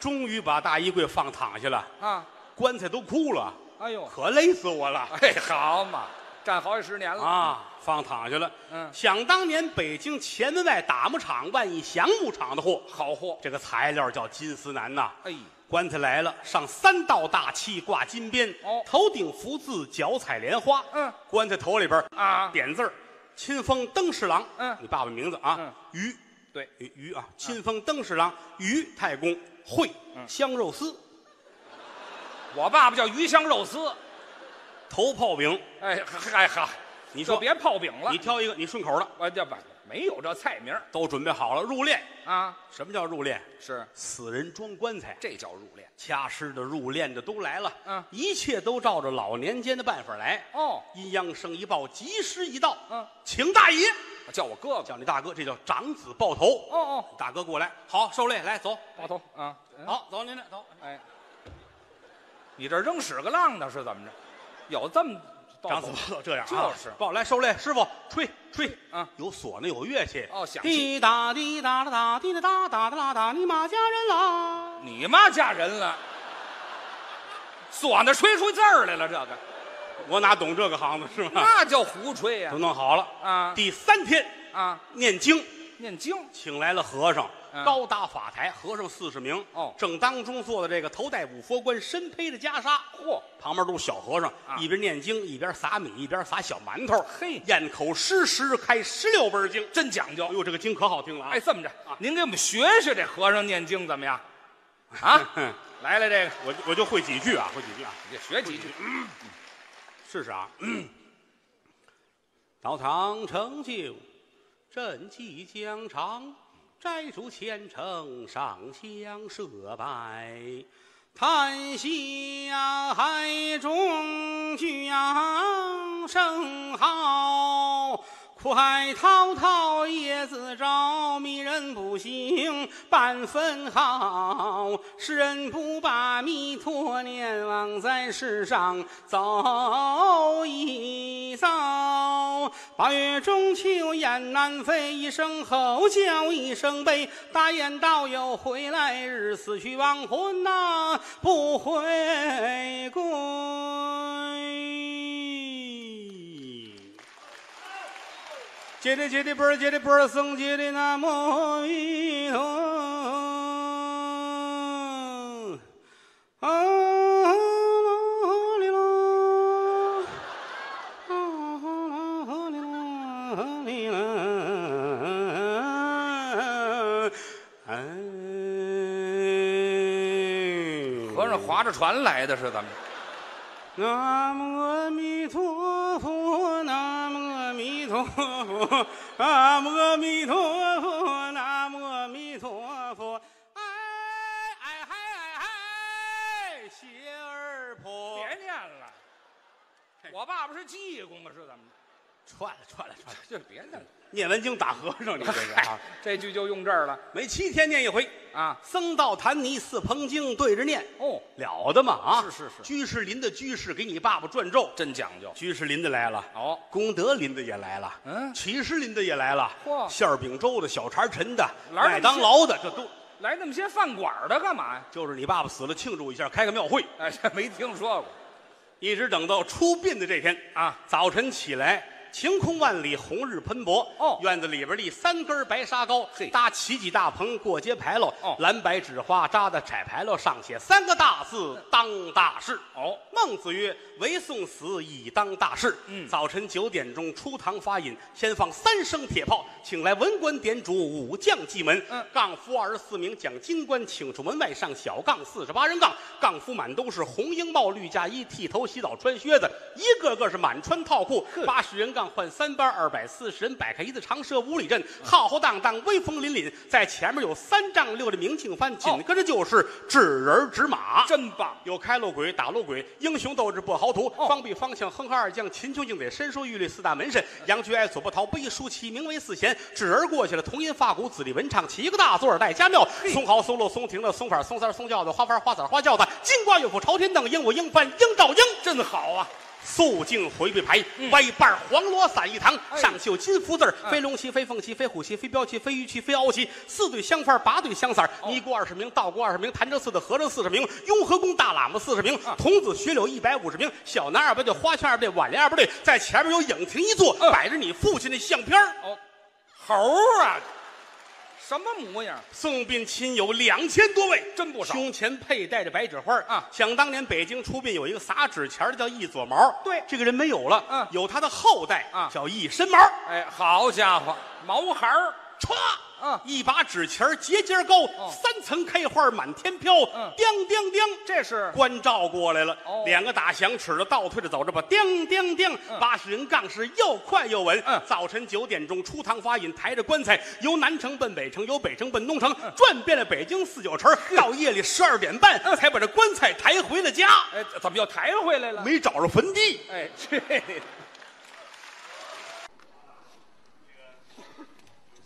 [SPEAKER 1] 终于把大衣柜放躺下了，
[SPEAKER 2] 啊？
[SPEAKER 1] 棺材都哭了，
[SPEAKER 2] 哎呦，
[SPEAKER 1] 可累死我了。
[SPEAKER 2] 哎，好嘛，站好几十年了，
[SPEAKER 1] 啊，放躺下了。
[SPEAKER 2] 嗯
[SPEAKER 1] 想当年北京前门外打木厂万益祥木厂的货，
[SPEAKER 2] 好货，
[SPEAKER 1] 这个材料叫金丝楠呐。
[SPEAKER 2] 哎，
[SPEAKER 1] 棺材来了，上三道大漆，挂金边，
[SPEAKER 2] 哦
[SPEAKER 1] 头顶福字，脚踩莲花。
[SPEAKER 2] 嗯，
[SPEAKER 1] 棺材头里边
[SPEAKER 2] 啊
[SPEAKER 1] 点字儿，亲封登侍郎。
[SPEAKER 2] 嗯
[SPEAKER 1] 你爸爸名字啊，
[SPEAKER 2] 嗯
[SPEAKER 1] 于
[SPEAKER 2] 对，
[SPEAKER 1] 于于啊，亲封登侍郎于太公会
[SPEAKER 2] 嗯
[SPEAKER 1] 香肉丝
[SPEAKER 2] 我爸爸叫鱼香肉丝，
[SPEAKER 1] 头泡饼。
[SPEAKER 2] 哎嗨嗨，
[SPEAKER 1] 你
[SPEAKER 2] 你
[SPEAKER 1] 说
[SPEAKER 2] 别泡饼了
[SPEAKER 1] 你，挑一个你顺口的，
[SPEAKER 2] 我这不没有这菜名儿
[SPEAKER 1] 都准备好了入殓。
[SPEAKER 2] 啊，
[SPEAKER 1] 什么叫入殓？
[SPEAKER 2] 是
[SPEAKER 1] 死人装棺材，
[SPEAKER 2] 这叫入殓
[SPEAKER 1] 掐尸的、入殓的都来了，
[SPEAKER 2] 嗯
[SPEAKER 1] 一切都照着老年间的办法来。
[SPEAKER 2] 哦，
[SPEAKER 1] 阴阳生一报，吉时一到，
[SPEAKER 2] 嗯，
[SPEAKER 1] 请大爷，
[SPEAKER 2] 叫我哥哥，
[SPEAKER 1] 叫你大哥，这叫长子抱头。
[SPEAKER 2] 哦哦，
[SPEAKER 1] 大哥过来，好，受累，来走，
[SPEAKER 2] 老头啊，嗯
[SPEAKER 1] 好，走您这走。
[SPEAKER 2] 哎，你这扔屎个浪的是怎么着？有这么
[SPEAKER 1] 长子抱头这样啊，
[SPEAKER 2] 就是
[SPEAKER 1] 抱来受累，师傅吹吹
[SPEAKER 2] 啊
[SPEAKER 1] 有唢呐有乐器
[SPEAKER 2] 哦响器
[SPEAKER 1] 滴答滴答啦答滴答答答答啦答，你马家人啦，
[SPEAKER 2] 你妈嫁人了，唢呐吹出字儿来了，这个
[SPEAKER 1] 我哪懂这个行子是吧？
[SPEAKER 2] 那叫胡吹呀
[SPEAKER 1] 都弄好了
[SPEAKER 2] 啊
[SPEAKER 1] 第三天
[SPEAKER 2] 啊！
[SPEAKER 1] 念经。
[SPEAKER 2] 念经
[SPEAKER 1] 请来了和尚，
[SPEAKER 2] 嗯
[SPEAKER 1] 高搭法台，和尚四十名。
[SPEAKER 2] 哦
[SPEAKER 1] 正当中坐的这个头戴五佛冠，身披着袈裟，
[SPEAKER 2] 嚯，
[SPEAKER 1] 旁边都是小和尚，
[SPEAKER 2] 啊
[SPEAKER 1] 一边念经，一边撒米，一边撒小馒头。
[SPEAKER 2] 嘿
[SPEAKER 1] 咽口湿食开十六本经，
[SPEAKER 2] 真讲
[SPEAKER 1] 哎
[SPEAKER 2] 究。
[SPEAKER 1] 呦，这个经可好听了啊！
[SPEAKER 2] 哎，这么着，您给我们学学这和尚念经怎 么样？啊，
[SPEAKER 1] 哼，
[SPEAKER 2] 来来这个，
[SPEAKER 1] 我我就会几句啊，会几句啊，
[SPEAKER 2] 你学几句。
[SPEAKER 1] 试试啊。嗯道堂成就，朕即将长，摘竹千层上香设拜，叹息呀，海中响声号。快滔滔叶子招，迷人不醒半分好。世人不把弥陀念，枉在世上走一遭。八月中秋雁南飞，一声吼叫一声悲。大雁道友回来日，死去亡魂呐、不回归。接的接的波儿接的波儿僧接的那么一陀。啊啦哩啦，啊啦哩啦，啦哩啦，哎。
[SPEAKER 2] 和尚划着船来的是怎么着？
[SPEAKER 1] 南无阿弥陀佛，南无阿弥陀佛，南无阿弥陀佛，南无阿弥陀佛。哎哎嗨哎嗨，鞋儿破，
[SPEAKER 2] 别念了。我爸爸是济公啊，是怎么着？
[SPEAKER 1] 串了串了串了。
[SPEAKER 2] 就别 念了，
[SPEAKER 1] 念完经打和尚，你这是啊
[SPEAKER 2] 嗨？，这句就用这儿了
[SPEAKER 1] 每七天念一回，
[SPEAKER 2] 啊。
[SPEAKER 1] 僧道坛尼四棚经对着念，
[SPEAKER 2] 哦，
[SPEAKER 1] 了得嘛啊！
[SPEAKER 2] 是是是
[SPEAKER 1] 居士林的居士给你爸爸转咒，
[SPEAKER 2] 真讲究。
[SPEAKER 1] 居士林的来了。
[SPEAKER 2] 哦，
[SPEAKER 1] 功德林的也来了，
[SPEAKER 2] 嗯
[SPEAKER 1] 起士林的也来了，
[SPEAKER 2] 嚯
[SPEAKER 1] 馅儿饼粥的、小茶陈的、
[SPEAKER 2] 哪儿那么
[SPEAKER 1] 麦当劳的，这都
[SPEAKER 2] 来那么些饭馆的干嘛呀？
[SPEAKER 1] 就是你爸爸死了庆祝一下，开个庙会，
[SPEAKER 2] 哎，这没听说过
[SPEAKER 1] 一直等到出殡的这天，
[SPEAKER 2] 啊。
[SPEAKER 1] 早晨起来，晴空万里，红日喷薄。
[SPEAKER 2] 哦
[SPEAKER 1] 院子里边立三根白沙膏
[SPEAKER 2] 嘿，
[SPEAKER 1] 搭起几大棚过街牌楼，
[SPEAKER 2] 哦
[SPEAKER 1] 蓝白纸花扎的彩牌楼上写三个大字：当大事。
[SPEAKER 2] 哦，
[SPEAKER 1] 孟子曰：“唯送死，以当大事。”
[SPEAKER 2] 嗯
[SPEAKER 1] 早晨九点钟出堂发引，先放三声铁炮，请来文官点主，武将祭门。
[SPEAKER 2] 嗯
[SPEAKER 1] 杠夫二十四名，将金官请出门外上小杠四十八人杠，杠夫满都是红缨帽、绿嫁衣，剃头、洗澡、穿靴子，一个个是满穿套裤。八十人杠换三班，二百四十人摆开一字长蛇五里阵，浩浩荡荡，威风凛凛。在前面有三丈六的明庆幡，
[SPEAKER 2] 哦
[SPEAKER 1] 紧跟着就是纸人纸马。
[SPEAKER 2] 真棒。
[SPEAKER 1] 有开路鬼、打路鬼，英雄斗志不豪图，
[SPEAKER 2] 哦
[SPEAKER 1] 方必方向，哼哈二将，秦琼敬得，申书玉律四大门神，杨居爱左不逃，不亦舒淇，名为四贤。指儿过去了，铜音发鼓，紫隶文唱，七个大座儿带家庙，松毫松露松亭的松法松三松轿子，花幡花伞花轿子，金瓜玉斧朝天凳，鹦鹉鹰翻鹰照鹰，真好
[SPEAKER 2] 嗯
[SPEAKER 1] 啊！肃静回避牌，歪瓣黄罗伞一堂，
[SPEAKER 2] 哎
[SPEAKER 1] 上绣金福字儿，
[SPEAKER 2] 嗯
[SPEAKER 1] 飞龙旗、飞凤旗、飞虎旗、飞镖旗、飞鱼旗、飞鳌旗，四对香幡儿，八对香伞儿，
[SPEAKER 2] 嗯
[SPEAKER 1] 尼姑二十名，道姑二十名，潭柘寺的和尚四十名，雍和宫大喇嘛四十名，
[SPEAKER 2] 嗯
[SPEAKER 1] 童子学柳一百五十名，小男二八队，花圈二队，挽联二八队，在前面有影亭一座，
[SPEAKER 2] 嗯
[SPEAKER 1] 摆着你父亲的相片儿
[SPEAKER 2] 哦，猴儿啊，什么模样？
[SPEAKER 1] 送殡亲友两千多位，
[SPEAKER 2] 真不少
[SPEAKER 1] 胸前佩戴着白纸花儿
[SPEAKER 2] 啊
[SPEAKER 1] 想当年北京出殡有一个撒纸钱儿的叫一撮毛，
[SPEAKER 2] 对
[SPEAKER 1] 这个人没有了，
[SPEAKER 2] 嗯
[SPEAKER 1] 有他的后代
[SPEAKER 2] 啊
[SPEAKER 1] 叫一身毛，
[SPEAKER 2] 哎，好家伙，毛孩儿，
[SPEAKER 1] 歘，
[SPEAKER 2] 嗯
[SPEAKER 1] 一把纸钱儿节节高，
[SPEAKER 2] 哦
[SPEAKER 1] 三层开花满天飘，
[SPEAKER 2] 嗯
[SPEAKER 1] 叮叮叮。
[SPEAKER 2] 这是
[SPEAKER 1] 关照过来了，
[SPEAKER 2] 哦
[SPEAKER 1] 两个打响尺的倒退着走着吧，叮叮叮，
[SPEAKER 2] 嗯
[SPEAKER 1] 八十人杠是又快又稳。
[SPEAKER 2] 嗯
[SPEAKER 1] 早晨九点钟出堂发引，抬着棺材由南城奔北城，由北城奔东城，
[SPEAKER 2] 嗯
[SPEAKER 1] 转遍了北京四九城，到夜里十二点半
[SPEAKER 2] 嗯
[SPEAKER 1] 才把这棺材抬回了家，
[SPEAKER 2] 哎，怎么又抬回来了？
[SPEAKER 1] 没找着坟地。
[SPEAKER 2] 哎，这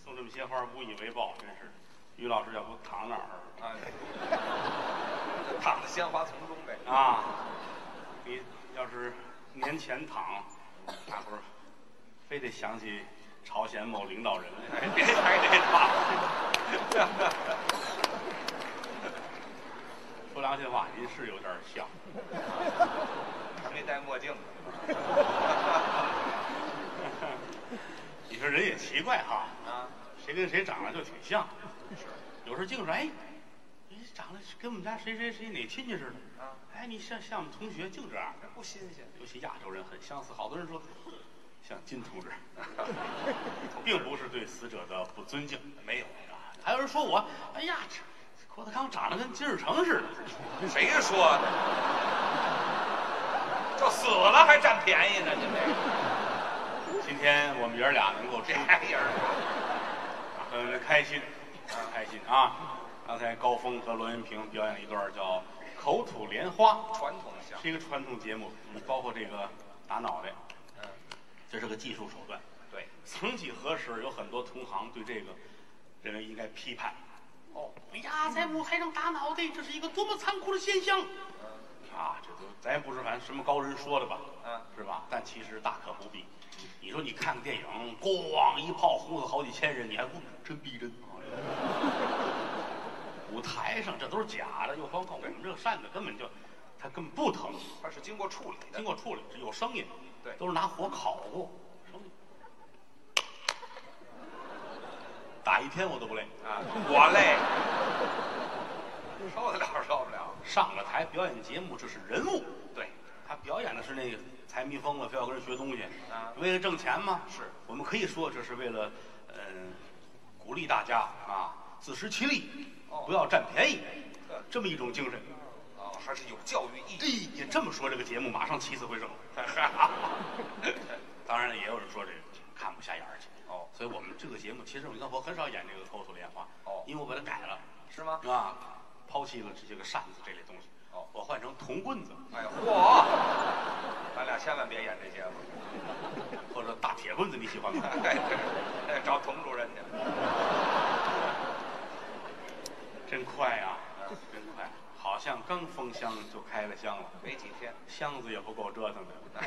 [SPEAKER 1] 送这么些花，无以为报，真是。于老师要不躺那儿
[SPEAKER 2] 啊，躺在鲜花丛中呗。
[SPEAKER 1] 啊？你要是年前躺，大伙儿非得想起朝鲜某领导人来。
[SPEAKER 2] 哎，别抬这套。
[SPEAKER 1] 说良心话，您是有点像。
[SPEAKER 3] 没戴墨镜，
[SPEAKER 1] 你说人也奇怪哈，
[SPEAKER 3] 啊，
[SPEAKER 1] 谁跟谁长得就挺像。有时候净说，哎，你长得是跟我们家谁谁谁哪亲戚似的。
[SPEAKER 3] 啊
[SPEAKER 1] 哎，你像像我们同学，净这样。
[SPEAKER 3] 不新鲜，
[SPEAKER 1] 尤其亚洲人很相似，好多人 说像金同志，并不是对死者的不尊敬，没有啊。还有人说我，哎呀，这郭德纲长得跟金日成似的，
[SPEAKER 3] 谁说的？就死了还占便宜呢，您这
[SPEAKER 1] 今天我们爷儿俩能够出
[SPEAKER 3] 这，玩意儿，
[SPEAKER 1] 很开心，很开心啊！刚才高峰和罗云平表演了一段叫《口吐莲花
[SPEAKER 3] 传统相》，
[SPEAKER 1] 是一个传统节目，嗯包括这个打脑袋，
[SPEAKER 3] 嗯，
[SPEAKER 1] 这是个技术手段。
[SPEAKER 3] 对，
[SPEAKER 1] 曾几何时，有很多同行对这个认为应该批判。
[SPEAKER 3] 哦，
[SPEAKER 1] 哎呀，在舞台上打脑袋，这是一个多么残酷的现象！啊，这都咱也不是凡什么高人说的吧，
[SPEAKER 3] 嗯
[SPEAKER 1] 是吧？但其实大可不必。你说你看个电影，咣一炮呼死好几千人，你还不真逼真？舞台上这都是假的，又何况我们这个扇子根本就，它根本不疼，
[SPEAKER 3] 它是经过处理的
[SPEAKER 1] 经，过处理是有声音，
[SPEAKER 3] 对
[SPEAKER 1] 都是拿火烤过，声音。打一天我都不累。
[SPEAKER 3] 啊，我累，受得了受不了，
[SPEAKER 1] 上了台表演节目，这是人物。
[SPEAKER 3] 对，
[SPEAKER 1] 他表演的是那个财迷疯了，非要跟人学东西，
[SPEAKER 3] 啊
[SPEAKER 1] 为了挣钱吗？
[SPEAKER 3] 是
[SPEAKER 1] 我们可以说这是为了，嗯、鼓励大家啊，自食其力，
[SPEAKER 3] 哦
[SPEAKER 1] 不要占便宜
[SPEAKER 3] 呵，
[SPEAKER 1] 这么一种精神。
[SPEAKER 3] 哦，还是有教育意义。
[SPEAKER 1] 咦，你这么说，这个节目马上起死 回生。当然了，也有人说这看不下眼儿去。
[SPEAKER 3] 哦
[SPEAKER 1] 所以我们这个节目其实我刚我很少演这个口吐莲花。
[SPEAKER 3] 哦
[SPEAKER 1] 因为我把它改了，
[SPEAKER 3] 是吗？
[SPEAKER 1] 啊，抛弃了这些个扇子这类东西。
[SPEAKER 3] 哦
[SPEAKER 1] 我换成铜棍子
[SPEAKER 3] 哎呀，嚯！咱俩千万别演这节目，
[SPEAKER 1] 或者大铁棍子，你喜欢 吗？
[SPEAKER 3] 哎 这哎找佟主任去。
[SPEAKER 1] 真快啊
[SPEAKER 3] 嗯，
[SPEAKER 1] 真快！好像刚封箱就开了箱了，
[SPEAKER 3] 没几天，
[SPEAKER 1] 箱子也不够折腾的。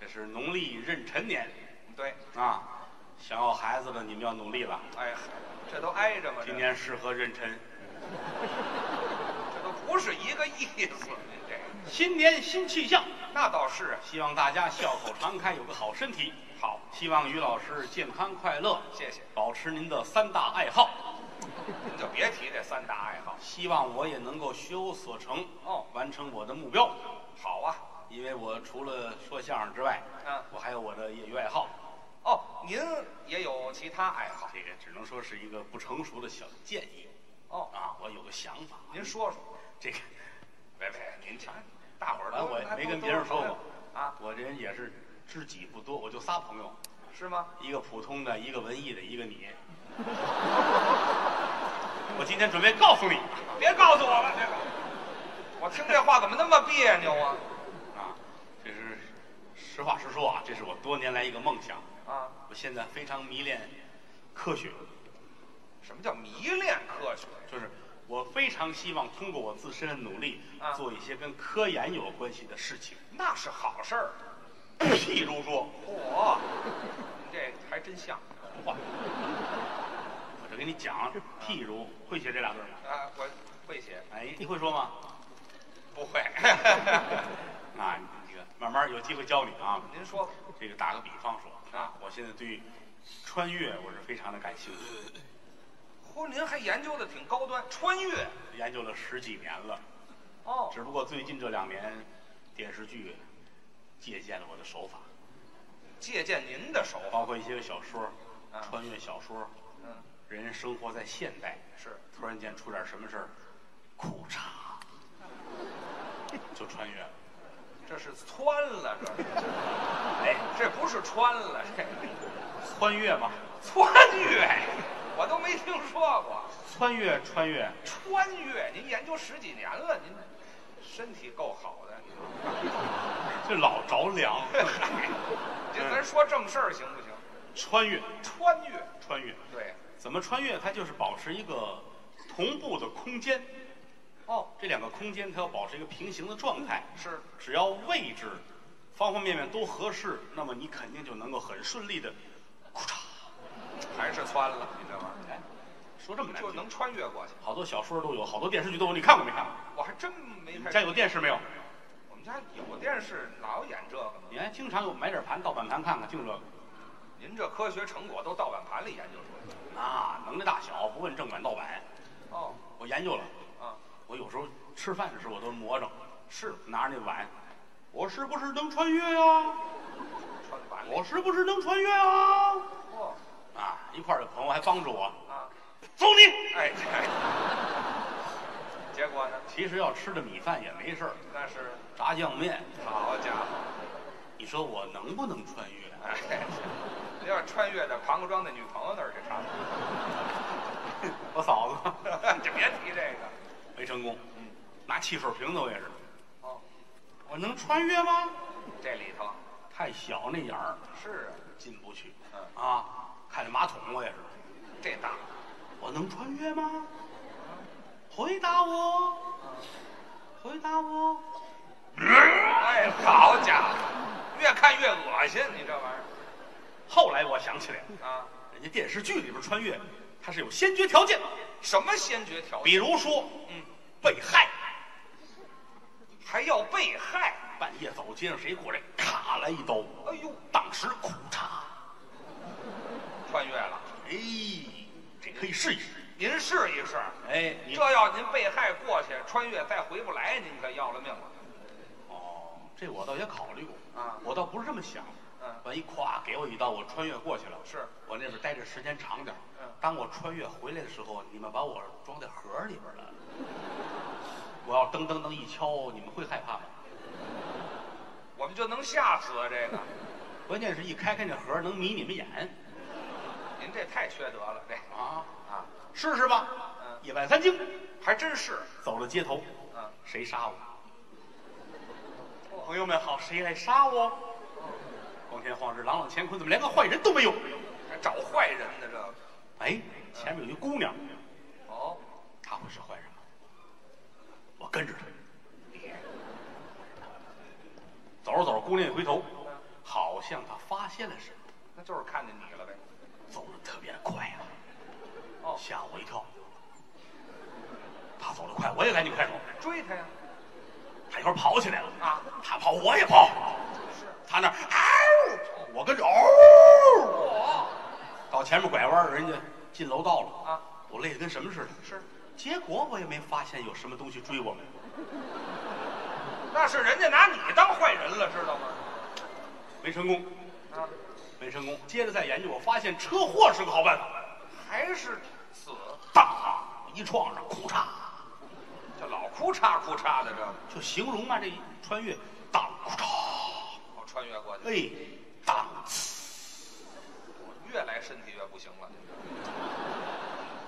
[SPEAKER 1] 这是农历壬辰年
[SPEAKER 3] 对，
[SPEAKER 1] 啊，想要孩子的你们要努力了。
[SPEAKER 3] 哎呀，这都挨着吗？这
[SPEAKER 1] 今年适合壬辰，
[SPEAKER 3] 这都不是一个意思，您这
[SPEAKER 1] 新年新气象，
[SPEAKER 3] 那倒是啊，
[SPEAKER 1] 希望大家笑口常开，有个好身体。好，希望于老师健康快乐，
[SPEAKER 3] 谢谢。
[SPEAKER 1] 保持您的三大爱好。
[SPEAKER 3] 您就别提这三大爱好，
[SPEAKER 1] 希望我也能够学有所成
[SPEAKER 3] 哦
[SPEAKER 1] 完成我的目标。
[SPEAKER 3] 好啊。
[SPEAKER 1] 因为我除了说相声之外，
[SPEAKER 3] 嗯
[SPEAKER 1] 我还有我的业余爱好，
[SPEAKER 3] 哦，您也有其他爱好
[SPEAKER 1] 这个只能说是一个不成熟的小建议
[SPEAKER 3] 哦？
[SPEAKER 1] 啊。我有个想法，
[SPEAKER 3] 您说说，
[SPEAKER 1] 这个，别别，您瞧，
[SPEAKER 3] 大伙儿
[SPEAKER 1] 啊
[SPEAKER 3] 都
[SPEAKER 1] 我也
[SPEAKER 3] 大
[SPEAKER 1] 没
[SPEAKER 3] 都
[SPEAKER 1] 跟
[SPEAKER 3] 都
[SPEAKER 1] 别人
[SPEAKER 3] 是
[SPEAKER 1] 说
[SPEAKER 3] 朋友
[SPEAKER 1] 过
[SPEAKER 3] 啊，
[SPEAKER 1] 我这人也是知己不多，我就仨朋友，
[SPEAKER 3] 是吗？
[SPEAKER 1] 一个普通的，一个文艺的，一个 你。我今天准备告诉你
[SPEAKER 3] 别告诉我了，别告诉我我听这话怎么那么别扭啊？
[SPEAKER 1] 啊，这是实话实说啊，这是我多年来一个梦想。
[SPEAKER 3] 啊，
[SPEAKER 1] 我现在非常迷恋科学，
[SPEAKER 3] 什么叫迷恋科学？
[SPEAKER 1] 就是我非常希望通过我自身的努力
[SPEAKER 3] 啊，
[SPEAKER 1] 做一些跟科研有关系的事情。
[SPEAKER 3] 那是好事儿。嗯
[SPEAKER 1] 譬如说，
[SPEAKER 3] 嚯，您这还真像
[SPEAKER 1] 话，我就跟你讲，譬如会写这俩字吗？
[SPEAKER 3] 啊！我会写，
[SPEAKER 1] 哎，你会说吗？
[SPEAKER 3] 不会。
[SPEAKER 1] 啊，你这个慢慢有机会教你啊。
[SPEAKER 3] 您说吧，
[SPEAKER 1] 这个打个比方说
[SPEAKER 3] 啊
[SPEAKER 1] 我现在对穿越我是非常的感兴趣，
[SPEAKER 3] 嚯，您还研究的挺高端，穿越
[SPEAKER 1] 研究了十几年了。
[SPEAKER 3] 哦，
[SPEAKER 1] 只不过最近这两年电视剧借鉴了我的手法，
[SPEAKER 3] 借鉴您的手法。
[SPEAKER 1] 包括一些小说
[SPEAKER 3] 啊，
[SPEAKER 1] 穿越小说，
[SPEAKER 3] 嗯，
[SPEAKER 1] 人生活在现代，
[SPEAKER 3] 是
[SPEAKER 1] 突然间出点什么事儿，裤衩就穿越了。
[SPEAKER 3] 这是穿了，这是
[SPEAKER 1] 哎，
[SPEAKER 3] 这不是穿了，这
[SPEAKER 1] 穿越嘛，
[SPEAKER 3] 穿越，我都没听说过。
[SPEAKER 1] 穿越穿越，
[SPEAKER 3] 穿越，您研究十几年了，您身体够好 的。
[SPEAKER 1] 这老着凉。
[SPEAKER 3] 这
[SPEAKER 1] 嗯
[SPEAKER 3] 咱说正事儿行不行？
[SPEAKER 1] 穿越
[SPEAKER 3] 穿越，
[SPEAKER 1] 穿越，
[SPEAKER 3] 对，
[SPEAKER 1] 怎么穿越？它就是保持一个同步的空间，
[SPEAKER 3] 哦，
[SPEAKER 1] 这两个空间它要保持一个平行的状态。
[SPEAKER 3] 是
[SPEAKER 1] 只要位置方方面面都合适，那么你肯定就能够很顺利的，咔嚓，
[SPEAKER 3] 还是穿了，你这玩 意
[SPEAKER 1] 哎，说这么
[SPEAKER 3] 儿
[SPEAKER 1] 难
[SPEAKER 3] 就
[SPEAKER 1] 听，
[SPEAKER 3] 能穿越过去。
[SPEAKER 1] 好多小说都有，好多电视剧都有，你看过没看过？
[SPEAKER 3] 我还真
[SPEAKER 1] 你
[SPEAKER 3] 没
[SPEAKER 1] 们
[SPEAKER 3] 太
[SPEAKER 1] 家有电视没有？
[SPEAKER 3] 我们家有电视，老演这个吗？
[SPEAKER 1] 你还经常哎有买点盘盗版盘看看，净这个
[SPEAKER 3] 您这科学成果都盗版盘里研究出来的。
[SPEAKER 1] 啊，能耐大小不问正版盗版，
[SPEAKER 3] 哦，
[SPEAKER 1] 我研究了。
[SPEAKER 3] 啊，
[SPEAKER 1] 我有时候吃饭的时候我都魔怔，是拿着那碗，我是不是能穿越呀、
[SPEAKER 3] 穿版里。
[SPEAKER 1] 我是不是能穿越啊？
[SPEAKER 3] 哦，
[SPEAKER 1] 啊，一块儿有朋友还帮助我，
[SPEAKER 3] 啊，
[SPEAKER 1] 走你！
[SPEAKER 3] 哎， 这结果呢？
[SPEAKER 1] 其实要吃的米饭也没事儿，
[SPEAKER 3] 那是
[SPEAKER 1] 炸酱面，
[SPEAKER 3] 好家伙，
[SPEAKER 1] 你说我能不能穿越？
[SPEAKER 3] 哎， 您要穿越到庞各庄那女朋友那儿去查查。
[SPEAKER 1] 哎我嫂子
[SPEAKER 3] 就别提这个。
[SPEAKER 1] 没成功，拿汽水瓶子我也是，
[SPEAKER 3] 哦，
[SPEAKER 1] 我能穿越吗？
[SPEAKER 3] 这里头
[SPEAKER 1] 太小那眼儿
[SPEAKER 3] 是啊
[SPEAKER 1] 进不去，
[SPEAKER 3] 嗯
[SPEAKER 1] 啊，看着马桶我也是，
[SPEAKER 3] 啊，这大
[SPEAKER 1] 我能穿越吗？回答我，回答我，
[SPEAKER 3] 哎，好家伙，越看越恶心，你这玩意
[SPEAKER 1] 后来我想起来，
[SPEAKER 3] 儿啊，
[SPEAKER 1] 人家电视剧里边穿越，它是有先决条件，
[SPEAKER 3] 什么先决条
[SPEAKER 1] 比
[SPEAKER 3] 件？
[SPEAKER 1] 如说
[SPEAKER 3] 嗯，
[SPEAKER 1] 被害，
[SPEAKER 3] 还要被害？
[SPEAKER 1] 半夜走街上谁过来，咔来一刀，
[SPEAKER 3] 哎呦，
[SPEAKER 1] 当时苦嚓，
[SPEAKER 3] 穿越了，
[SPEAKER 1] 哎，这可以试一试，
[SPEAKER 3] 您试一试，
[SPEAKER 1] 哎，你
[SPEAKER 3] 这要您被害过去，穿越再回不来，您可要了命了。
[SPEAKER 1] 哦，这我倒也考虑过
[SPEAKER 3] 啊
[SPEAKER 1] 我倒不是这么想。
[SPEAKER 3] 嗯
[SPEAKER 1] 万一咵给我一刀，我穿越过去了，
[SPEAKER 3] 是
[SPEAKER 1] 我那边待着时间长点儿
[SPEAKER 3] 嗯
[SPEAKER 1] 当我穿越回来的时候，你们把我装在盒里边了，我要噔噔噔一敲，你们会害怕吗？
[SPEAKER 3] 我们就能吓死啊！这个，
[SPEAKER 1] 关键是一开开那盒能迷你们眼
[SPEAKER 3] 您这太缺德了，这个
[SPEAKER 1] 啊！
[SPEAKER 3] 啊，
[SPEAKER 1] 试试吧，
[SPEAKER 3] 嗯
[SPEAKER 1] 夜半三更
[SPEAKER 3] 还真是，
[SPEAKER 1] 走到街头，
[SPEAKER 3] 嗯，
[SPEAKER 1] 谁杀我？朋友们好，谁来杀我？光天化日，朗朗乾坤，怎么连个坏人都没有？
[SPEAKER 3] 还找坏人呢这个。
[SPEAKER 1] 哎，前面有一姑娘，
[SPEAKER 3] 哦，
[SPEAKER 1] 她会是坏人吗？我跟着她，走着走着，姑娘一回头，好像她发现了什么，
[SPEAKER 3] 那就是看见你了呗。
[SPEAKER 1] 走的特别快呀、
[SPEAKER 3] 哦
[SPEAKER 1] 吓我一跳。她走得快，我也赶紧快走。
[SPEAKER 3] 追他呀！
[SPEAKER 1] 她一会儿跑起来了
[SPEAKER 3] 啊
[SPEAKER 1] 她跑我也跑，
[SPEAKER 3] 是
[SPEAKER 1] 她那儿嗷，我跟着嗷，
[SPEAKER 3] 我
[SPEAKER 1] 到前面拐弯，人家进楼道了
[SPEAKER 3] 啊，
[SPEAKER 1] 我累得跟什么似的。
[SPEAKER 3] 是，
[SPEAKER 1] 结果我也没发现有什么东西追我们。
[SPEAKER 3] 那是人家拿你当坏人了，知道吗？
[SPEAKER 1] 没成功，
[SPEAKER 3] 啊，
[SPEAKER 1] 没成功。接着再研究，我发现车祸是个好办法。
[SPEAKER 3] 还是死，
[SPEAKER 1] 当啊一撞上，裤嚓，
[SPEAKER 3] 这老哭嚓哭嚓的这个，
[SPEAKER 1] 就形容啊这一穿越，当裤嚓，
[SPEAKER 3] 我哦穿越过去，
[SPEAKER 1] 哎，当呲
[SPEAKER 3] 越来身体越不行了。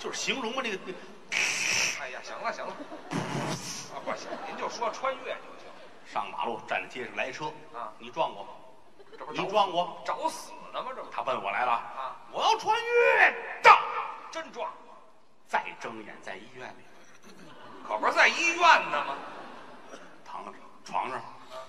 [SPEAKER 1] 就是形容啊这个这
[SPEAKER 3] 哎呀，行了行了，啊不行，您就说穿越就行，
[SPEAKER 1] 上马路站在街上来一车
[SPEAKER 3] 啊
[SPEAKER 1] 你撞我，
[SPEAKER 3] 这不是
[SPEAKER 1] 你
[SPEAKER 3] 找
[SPEAKER 1] 撞我，
[SPEAKER 3] 找死呢吗？这不
[SPEAKER 1] 他奔我来了
[SPEAKER 3] 啊！
[SPEAKER 1] 我要穿越，当，
[SPEAKER 3] 真撞，
[SPEAKER 1] 再睁眼在医院里
[SPEAKER 3] 可不是在医院呢吗？
[SPEAKER 1] 躺着床上，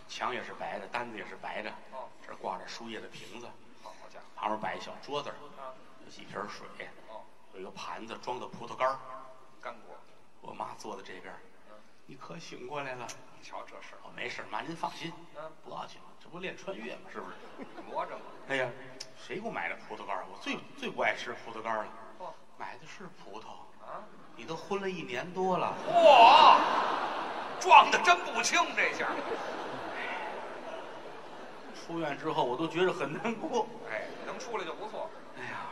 [SPEAKER 1] 墙也是白的，单子也是白的
[SPEAKER 3] 哦，
[SPEAKER 1] 这儿挂着输液的瓶子，
[SPEAKER 3] 好家伙，
[SPEAKER 1] 旁边摆一小桌子，
[SPEAKER 3] 啊
[SPEAKER 1] 有几瓶水，
[SPEAKER 3] 哦，
[SPEAKER 1] 有一个盘子装的葡萄干儿
[SPEAKER 3] 干果，
[SPEAKER 1] 我妈坐在这边儿，你可醒过来了。
[SPEAKER 3] 你瞧这事儿
[SPEAKER 1] 我没事儿，妈您放心
[SPEAKER 3] 嗯，
[SPEAKER 1] 不要紧，这不练穿越吗？是不是？
[SPEAKER 3] 磨着嘛，
[SPEAKER 1] 哎呀，谁给我买的葡萄干儿？我最最不爱吃葡萄干儿了。
[SPEAKER 3] 哦
[SPEAKER 1] 买的是葡萄，
[SPEAKER 3] 啊，
[SPEAKER 1] 你都婚了一年多了，
[SPEAKER 3] 嚯，撞的真不轻这下，
[SPEAKER 1] 出院之后我都觉得很难过。
[SPEAKER 3] 哎，能出来就不错，
[SPEAKER 1] 哎呀，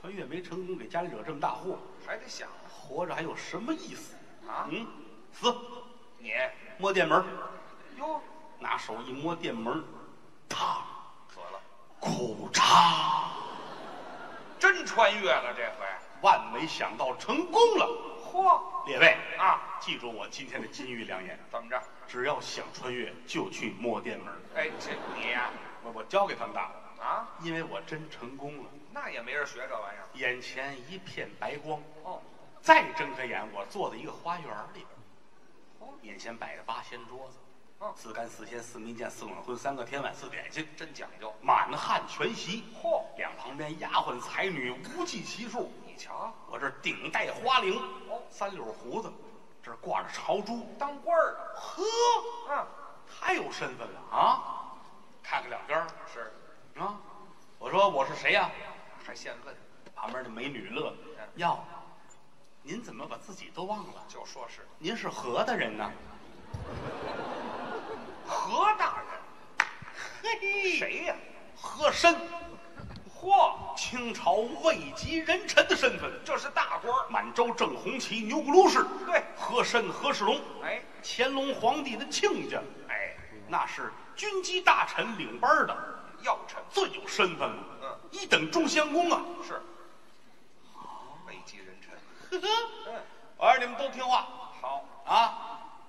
[SPEAKER 1] 穿越没成功，给家里惹这么大祸，
[SPEAKER 3] 还得想
[SPEAKER 1] 活着还有什么意思？
[SPEAKER 3] 啊，
[SPEAKER 1] 嗯，死，
[SPEAKER 3] 你
[SPEAKER 1] 摸电门儿，
[SPEAKER 3] 哟
[SPEAKER 1] 拿手一摸电门儿，啪，
[SPEAKER 3] 死了，
[SPEAKER 1] 苦嚓。
[SPEAKER 3] 真穿越了这回，
[SPEAKER 1] 万没想到成功了。
[SPEAKER 3] 嚯
[SPEAKER 1] 列位，
[SPEAKER 3] 啊，
[SPEAKER 1] 记住我今天的金玉良言，
[SPEAKER 3] 怎么着？
[SPEAKER 1] 只要想穿越就去摸电门。
[SPEAKER 3] 哎，这你呀、
[SPEAKER 1] 我我教给他们大，
[SPEAKER 3] 啊，
[SPEAKER 1] 因为我真成功了，
[SPEAKER 3] 那也没人学这玩意儿，
[SPEAKER 1] 眼前一片白光。
[SPEAKER 3] 哦，
[SPEAKER 1] 再睁开眼，我坐在一个花园里边，
[SPEAKER 3] 哦
[SPEAKER 1] 眼前摆着八仙桌子，
[SPEAKER 3] 哦
[SPEAKER 1] 四干四鲜四民间四碗荤三个天碗四点心，
[SPEAKER 3] 真讲究，
[SPEAKER 1] 满汉全席。
[SPEAKER 3] 嚯
[SPEAKER 1] 两旁边丫鬟才女无计其数，
[SPEAKER 3] 你瞧
[SPEAKER 1] 我这顶戴花翎
[SPEAKER 3] 哦，
[SPEAKER 1] 三绺胡子，这儿挂着朝珠，
[SPEAKER 3] 当官儿的，
[SPEAKER 1] 呵，
[SPEAKER 3] 啊，
[SPEAKER 1] 太有身份了啊！看个两边儿
[SPEAKER 3] 是，
[SPEAKER 1] 啊！我说我是谁呀、
[SPEAKER 3] 还现问，
[SPEAKER 1] 旁边的美女乐了
[SPEAKER 3] 嗯
[SPEAKER 1] 哟，您怎么把自己都忘了？
[SPEAKER 3] 就说是
[SPEAKER 1] 您是何大人呢？
[SPEAKER 3] 何大人。
[SPEAKER 1] 嘿嘿，
[SPEAKER 3] 谁呀、
[SPEAKER 1] 和珅，
[SPEAKER 3] 嚯，
[SPEAKER 1] 清朝位极人臣的身份，
[SPEAKER 3] 这是大官儿。
[SPEAKER 1] 满洲正红旗牛骨卢氏，
[SPEAKER 3] 对
[SPEAKER 1] 和珅和世龙，
[SPEAKER 3] 哎
[SPEAKER 1] 乾隆皇帝的亲家，
[SPEAKER 3] 哎，
[SPEAKER 1] 那是军机大臣领班儿的，
[SPEAKER 3] 药臣
[SPEAKER 1] 最有身份了，
[SPEAKER 3] 嗯，
[SPEAKER 1] 一等中祥公啊。
[SPEAKER 3] 是位极人臣。
[SPEAKER 1] 呵呵，
[SPEAKER 3] 嗯，
[SPEAKER 1] 我让你们都听话
[SPEAKER 3] 好，
[SPEAKER 1] 啊！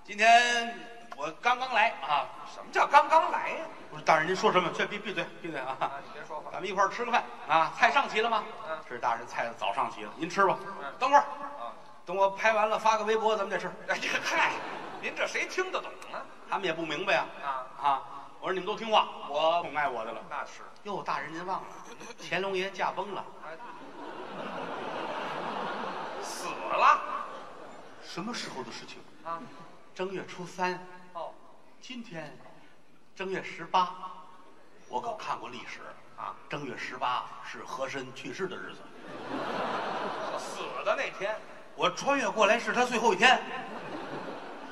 [SPEAKER 1] 今天我刚刚来啊，
[SPEAKER 3] 什么叫刚刚来呀、
[SPEAKER 1] 不是大人您说什么？去闭闭嘴，闭嘴
[SPEAKER 3] 啊？
[SPEAKER 1] 啊！
[SPEAKER 3] 你别说话
[SPEAKER 1] 咱们一块儿吃个饭啊！菜上齐了吗？
[SPEAKER 3] 嗯
[SPEAKER 1] 这是大人菜早上齐了，您吃吧
[SPEAKER 3] 嗯。
[SPEAKER 1] 等会儿，
[SPEAKER 3] 啊！
[SPEAKER 1] 等我拍完了发个微博，咱们再吃。
[SPEAKER 3] 哎呀，嗨，您这谁听得懂啊？
[SPEAKER 1] 他们也不明白呀
[SPEAKER 3] 啊
[SPEAKER 1] 啊！我说你们都听话，我宠爱我的了。
[SPEAKER 3] 那是，
[SPEAKER 1] 哟，大人您忘了，乾隆爷驾崩了，
[SPEAKER 3] 哎，死了
[SPEAKER 1] 什么时候的事情？
[SPEAKER 3] 啊！
[SPEAKER 1] 正月初三，
[SPEAKER 3] 哦
[SPEAKER 1] 今天正月十八，我可看过历史。
[SPEAKER 3] 啊，
[SPEAKER 1] 正月十八是和珅去世的日子，
[SPEAKER 3] 死的那天，
[SPEAKER 1] 我穿越过来是他最后一天。